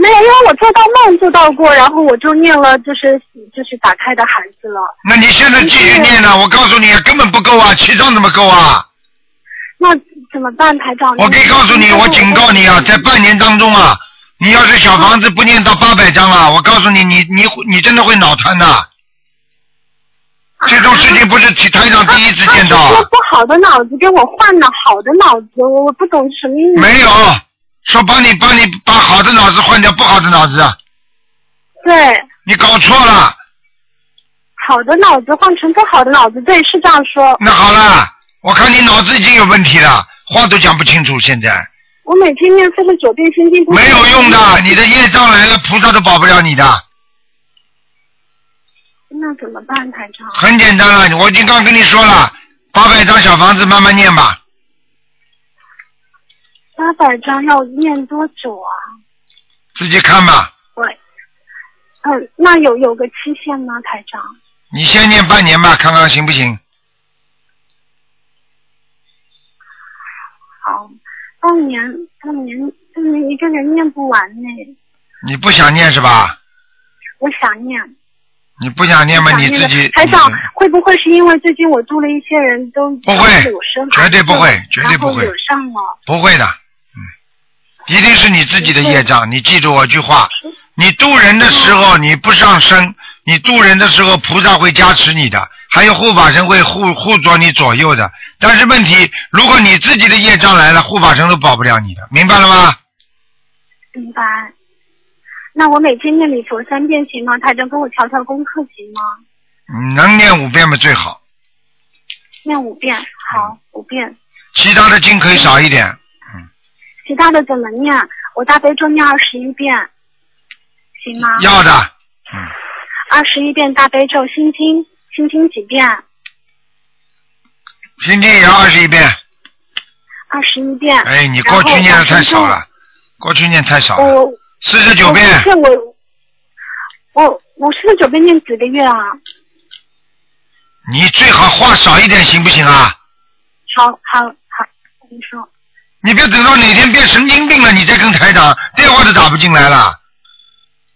L: 没有，因为我做到梦做到过，然后我就念了就是就是打胎的孩子了。
B: 那你现在继续念呢？我告诉你，根本不够啊，七张怎么够啊？
L: 那怎么办，台长？
B: 我可以告诉哦你，我警告你啊，在半年当中啊，你要是小房子不念到八百张啊，我告诉你，你你你真的会脑瘫的、这种事情不是台上第一次见到、啊
L: 他。说不好的脑子给我换了好的脑子，我我不懂什么意思。
B: 没有，说帮你帮你把好的脑子换掉不好的脑子，啊
L: 对，
B: 你搞错了。
L: 好的脑子换成不好的脑子，对，是这样说。
B: 那好了，我看你脑子已经有问题了，话都讲不清楚，现在
L: 我每天念四十九遍心经，不是
B: 没有用的，你的业障来了，菩萨都保不了你的。
L: 那怎么办，台长？
B: 很简单了，我已经刚跟你说了，八百张小房子慢慢念吧，
L: 八百张要念多久啊？
B: 自己看吧。
L: 我，嗯，那有有个期限吗，台长？
B: 你先念半年吧，看看行不行？
L: 好，当年当年当年一个人念不完呢，
B: 你不想念是吧？
L: 我想念。
B: 你不想念嘛？
L: 想
B: 你
L: 念
B: 自
L: 的
B: 己嗯
L: 台长会不会是因为最近我度了一些人都不
B: 会
L: 有生
B: 绝对不会绝对不会
L: 然后有上了，
B: 不会的，嗯，一定是你自己的业
L: 嗯
B: 障。你记住我句话，你渡人的时候你不上升，你渡人的时候菩萨会加持你的，还有护法神会护护着你左右的。但是问题，如果你自己的业障来了，护法神都保不了你的，明白了吗？
L: 明白？那我每天念礼佛三遍行吗？台长给我调调功课行吗？
B: 嗯能念五遍嘛最好，
L: 念五遍，
B: 嗯
L: 好，五遍。
B: 其他的经可以少一点。
L: 其他的怎么念？啊我大悲咒念二十一遍，行吗？
B: 要的，
L: 二十一遍大悲咒，心经，心经几遍？
B: 心经也要二十一遍。
L: 二十一 遍。
B: 哎，你过去念的太少了，过去念太少了，
L: 我
B: 四十九遍。
L: 是我，我我四十九遍念几个月啊？
B: 你最好话少一点，行不行啊？
L: 好好好，你说
B: 你别等到哪天变神经病了，你再跟台长电话都打不进来了。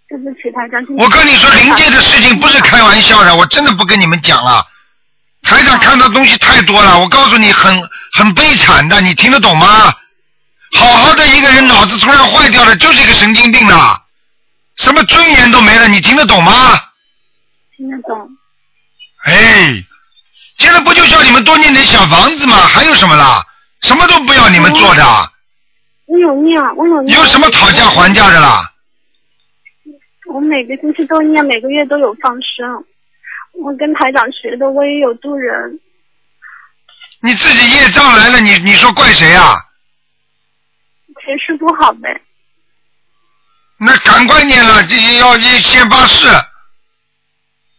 L: 对不起，台长。
B: 我跟你说，灵界的事情不是开玩笑的，我真的不跟你们讲了。台长看到东西太多了，我告诉你，很很悲惨的，你听得懂吗？好好的一个人脑子突然坏掉了，就是一个神经病了，什么尊严都没了，你听得懂吗？
L: 听得懂。
B: 哎，现在不就叫你们多念点小房子吗？还有什么啦？什么都不要你们做的，啊
L: 我有念，啊我有念。
B: 有什么讨价还价的啦？
L: 我每个星期都念，每个月都有放生。我跟台长学的，我也有度人。
B: 你自己业障来了，你你说怪谁啊？
L: 前世不好呗。
B: 那赶快念了，这些要先发誓。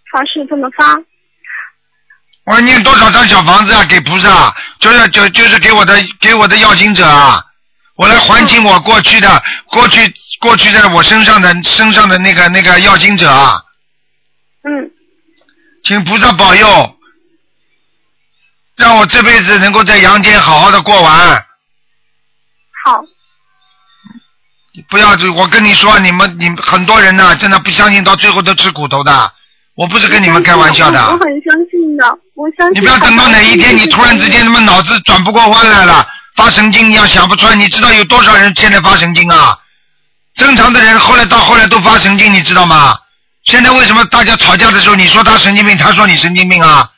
L: 发誓这么发，
B: 我要念多少张小房子啊？给菩萨，就是就就是给我的给我的要经者啊，我来还清我过去的过去过去在我身上的身上的那个那个要经者啊。
L: 嗯。
B: 请菩萨保佑，让我这辈子能够在阳间好好的过完。
L: 好。
B: 不要，我跟你说，你们你们很多人呐、真的不相信，到最后都吃苦头的。我不是跟你们开玩笑的。啊
L: 我我很相信的，我相信。
B: 你不要等到哪一天你突然之间他妈脑子转不过弯来了，发神经一样想不穿。你知道有多少人现在发神经啊？正常的人后来到后来都发神经，你知道吗？现在为什么大家吵架的时候你说他神经病，他说你神经病啊？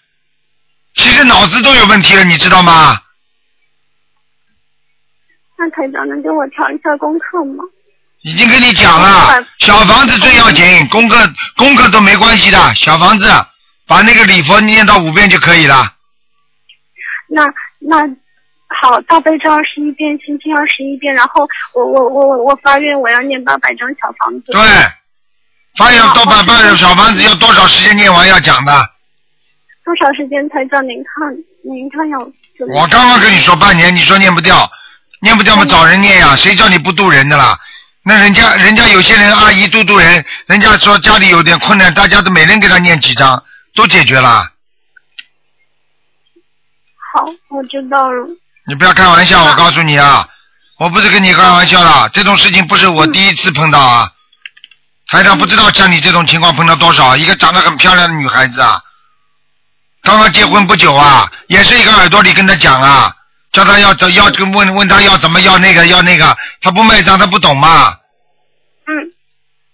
B: 其实脑子都有问题了，你知道吗？
L: 那台长能给我调一下功课吗？
B: 已经跟你讲了，小房子最要紧，功课功课都没关系的，小房子把那个礼佛念到五遍就可以了。
L: 那那好，大悲咒二十一遍，心经二十一遍，然后我我我我我发愿我要念八百张小房子。
B: 对，发要到把把小房子要多少时间念完要讲的。
L: 多少时间台长您看您看要怎么？嗯
B: 我刚刚跟你说半年，你说念不掉，念不掉嘛找人念呀，谁叫你不渡人的啦？那人家人家有些人阿姨渡渡人，人家说家里有点困难，大家都每人给他念几张，都解决了。
L: 好，我知道了。
B: 你不要开玩笑，我告诉你啊，我不是跟你开玩笑啦，这种事情不是我第一次碰到啊。台长不知道像你这种情况碰到多少，一个长得很漂亮的女孩子啊，刚刚结婚不久啊，也是一个耳朵里跟她讲啊，叫她要怎要跟问问她要怎么要那个要那个，她不卖账，她不懂嘛。
L: 嗯。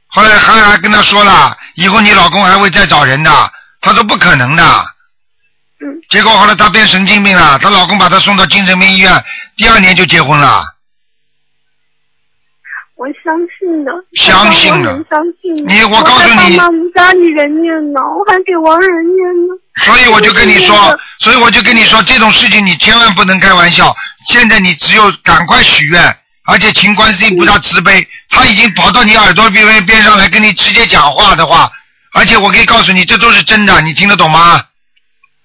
B: 后来还还跟她说了，以后你老公还会再找人的，她说不可能的。结果后来她变神经病了，她老公把她送到精神病医院，第二年就结婚了。
L: 我相信的，
B: 相信的
L: 我很相信的。
B: 你我告诉你
L: 我还帮忙家里人念呢，我还给亡人念呢。
B: 所以我就跟你说，所以我就跟你说，这种事情你千万不能开玩笑。现在你只有赶快许愿，而且请观世音菩萨慈悲，他已经跑到你耳朵边边上来跟你直接讲话的话，而且我可以告诉你，这都是真的，你听得懂吗？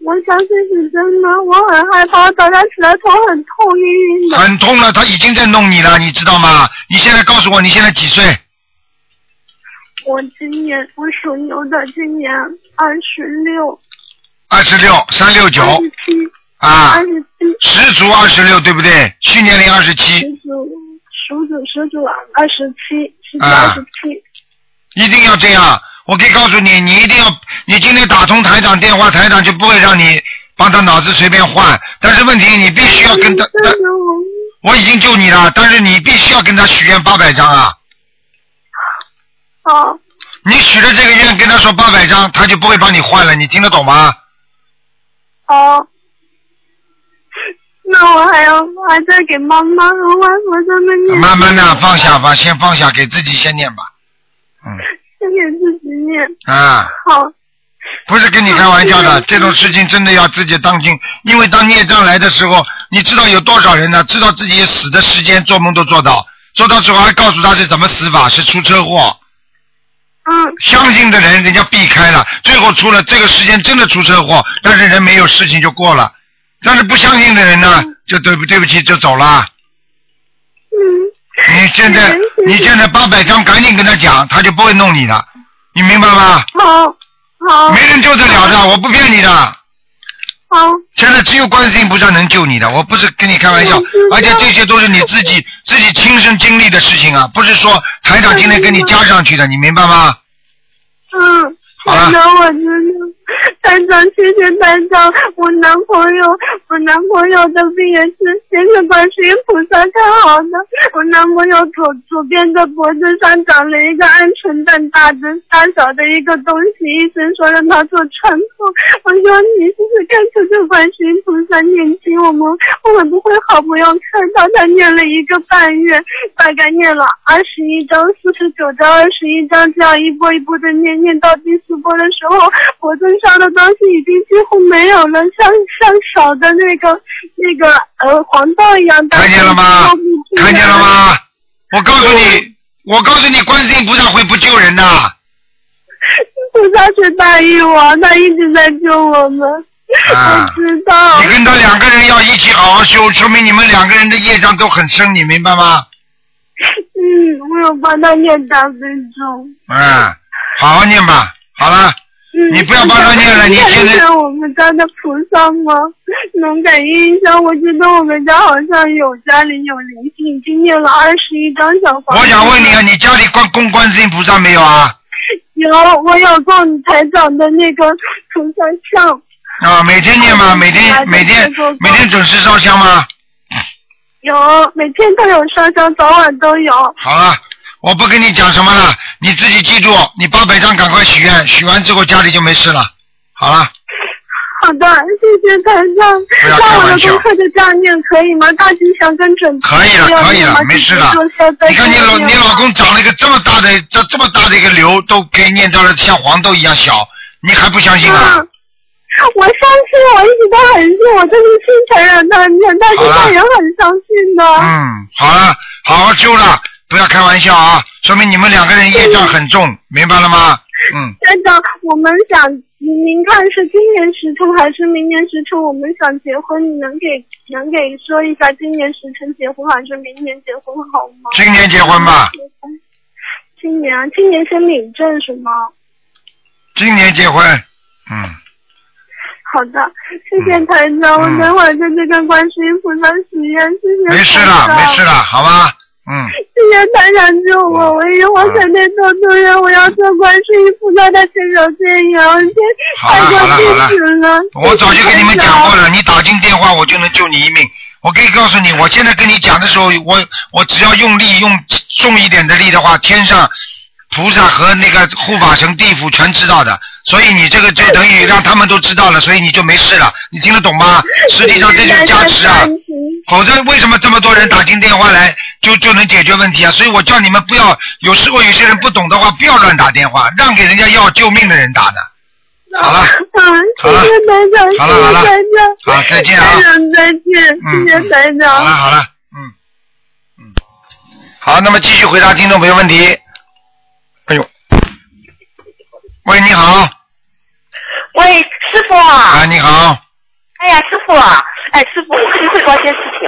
L: 我相信是真的，我很害怕，早上起来头很痛，晕晕的。
B: 很痛了，他已经在弄你了，你知道吗？你现在告诉我，你现在几岁？
L: 我今年我属牛的，今年二十六，
B: 二十六，三六九，
L: 七
B: 啊
L: 二，十七
B: 十足二十六对不对？去年龄二十七，
L: 十组属组十组二十七，十组二
B: 啊
L: 十七，
B: 一定要这样。我可以告诉你，你一定要，你今天打通台长电话，台长就不会让你帮他脑子随便换。但是问题，你必须要跟他，他我已经救你了，但是你必须要跟他许愿八百张啊。
L: 哦。
B: 你许了这个愿，跟他说八百张，他就不会帮你换了。你听得懂吗？
L: 哦。那我还要我还在给妈妈和外婆他们念，
B: 慢慢的放下吧，先放下，给自己先念吧。嗯
L: 先给自己念。
B: 啊。
L: 好，
B: 不是跟你开玩笑的，这种事情真的要自己当心，因为当孽障来的时候，你知道有多少人呢？知道自己死的时间，做梦都做到，做到之后还告诉他是怎么死法，是出车祸。
L: 嗯。
B: 相信的人，人家避开了，最后出了这个时间真的出车祸，但是人没有事情就过了。但是不相信的人呢，就对不对不起就走了。嗯。你现在你现在八百张，赶紧跟他讲，他就不会弄你的，你明白吗？
L: 好，好，
B: 没人救得了
L: 嗯
B: 的，我不骗你的。
L: 好。
B: 现在只有观世音菩萨能救你的，我不是跟你开玩
L: 嗯
B: 笑，而且这些都是你自己自己亲身经历的事情啊，不是说台长今天给你加上去的，你明白吗？
L: 嗯。
B: 好了
L: 台长，我知道，台长，谢谢台长。我男朋友，我男朋友的病也是先是观世音菩萨看好的。我男朋友左左边的脖子上长了一个鹌鹑蛋大的大小的一个东西，医生说让他做穿孔。我说你试试看，求求观世音菩萨念经，我们会不会好？不用看到他念了一个半月，大概念了二十一章、四十九章、二十一章，这样一波一波的念，念到第四波的时候，脖子上的东西已经几乎没有了，像像少的那个那个呃黄豆一样大。看见了吗？
B: 看见了吗？我
L: 嗯
B: 告诉你，我告诉你，观世音菩萨会不救人的。
L: 菩萨是大医王，他一直在救我们。
B: 啊
L: 我知道。
B: 你跟他两个人要一起好好修，说明你们两个人的业障都很深，你明白吗？
L: 嗯，我有帮他念大悲咒。
B: 嗯，好好念吧。好了，
L: 嗯
B: 你不要帮他念了，你
L: 能
B: 现
L: 感应
B: 在
L: 上我们家的菩萨吗？能感应一下？我觉得我们家好像有家里有灵性，已经念了二十一张小房子。
B: 我想问你啊，你家里供供观世音菩萨没有啊？
L: 有我有供台长的那个菩萨像，
B: 啊，每天念吗？每天每天每天准时烧香吗？
L: 有每天都有烧香，早晚都有。
B: 好了，我不跟你讲什么了，你自己记住，你八百张赶快许愿，许完之后家里就没事了。好了，
L: 好的，谢谢台长。
B: 不要
L: 那
B: 开
L: 我
B: 玩
L: 的
B: 笑
L: 功课就这样念可以吗？大吉祥跟准提
B: 可以了，可以了，没事了。你看你老你老公长了一个这么大的这这么大的一个瘤，都可以念到了像黄豆一样小，你还不相信啊？
L: 嗯我相信，我一直都很信，我真是信承认他念，但是他也很相信的。
B: 嗯，好了，好好修了，不要开玩笑啊！说明你们两个人业障很重，明白了吗？嗯，
L: 真的，我们想，您您看是今年时辰还是明年时辰？我们想结婚，你能给能给说一下今年时辰结婚还是明年结婚好吗？
B: 今年结婚吧，
L: 今年，啊今年先领证是吗？
B: 今年结婚，嗯，
L: 好的，谢谢台长，我等会儿再去跟观世音菩萨许愿，谢谢。
B: 没事了，没事了，。好吧，嗯，
L: 谢谢台长救我，我以后肯定多做人，我要做观世音菩萨的伸手见阳天，太
B: 好了好了好了哎
L: 过弟子了。
B: 我早就跟你们讲过了，你打进电话我就能救你一命。我可以告诉你，我现在跟你讲的时候，我我只要用力用重一点的力的话，天上菩萨和那个护法神、地府全知道的，所以你这个就等于让他们都知道了，所以你就没事了。你听得懂 吗？实际上这就是加持啊。否则为什么这么多人打进电话来就就能解决问题啊？所以我叫你们不要，有时候有些人不懂的话，不要乱打电话，让给人家要救命的人打的。好了，
L: 嗯，谢谢台长，谢
B: 好了好
L: 谢
B: 了
L: 台长，
B: 好，再见啊嗯
L: 台。长再见，谢谢台长。
B: 好了好了，嗯嗯，好，那么继续回答听众朋友问题。哎呦，喂，你好，
N: 喂，师傅啊！
B: 啊，你好，
N: 哎呀，师傅啊！哎，师傅，我跟你说件事情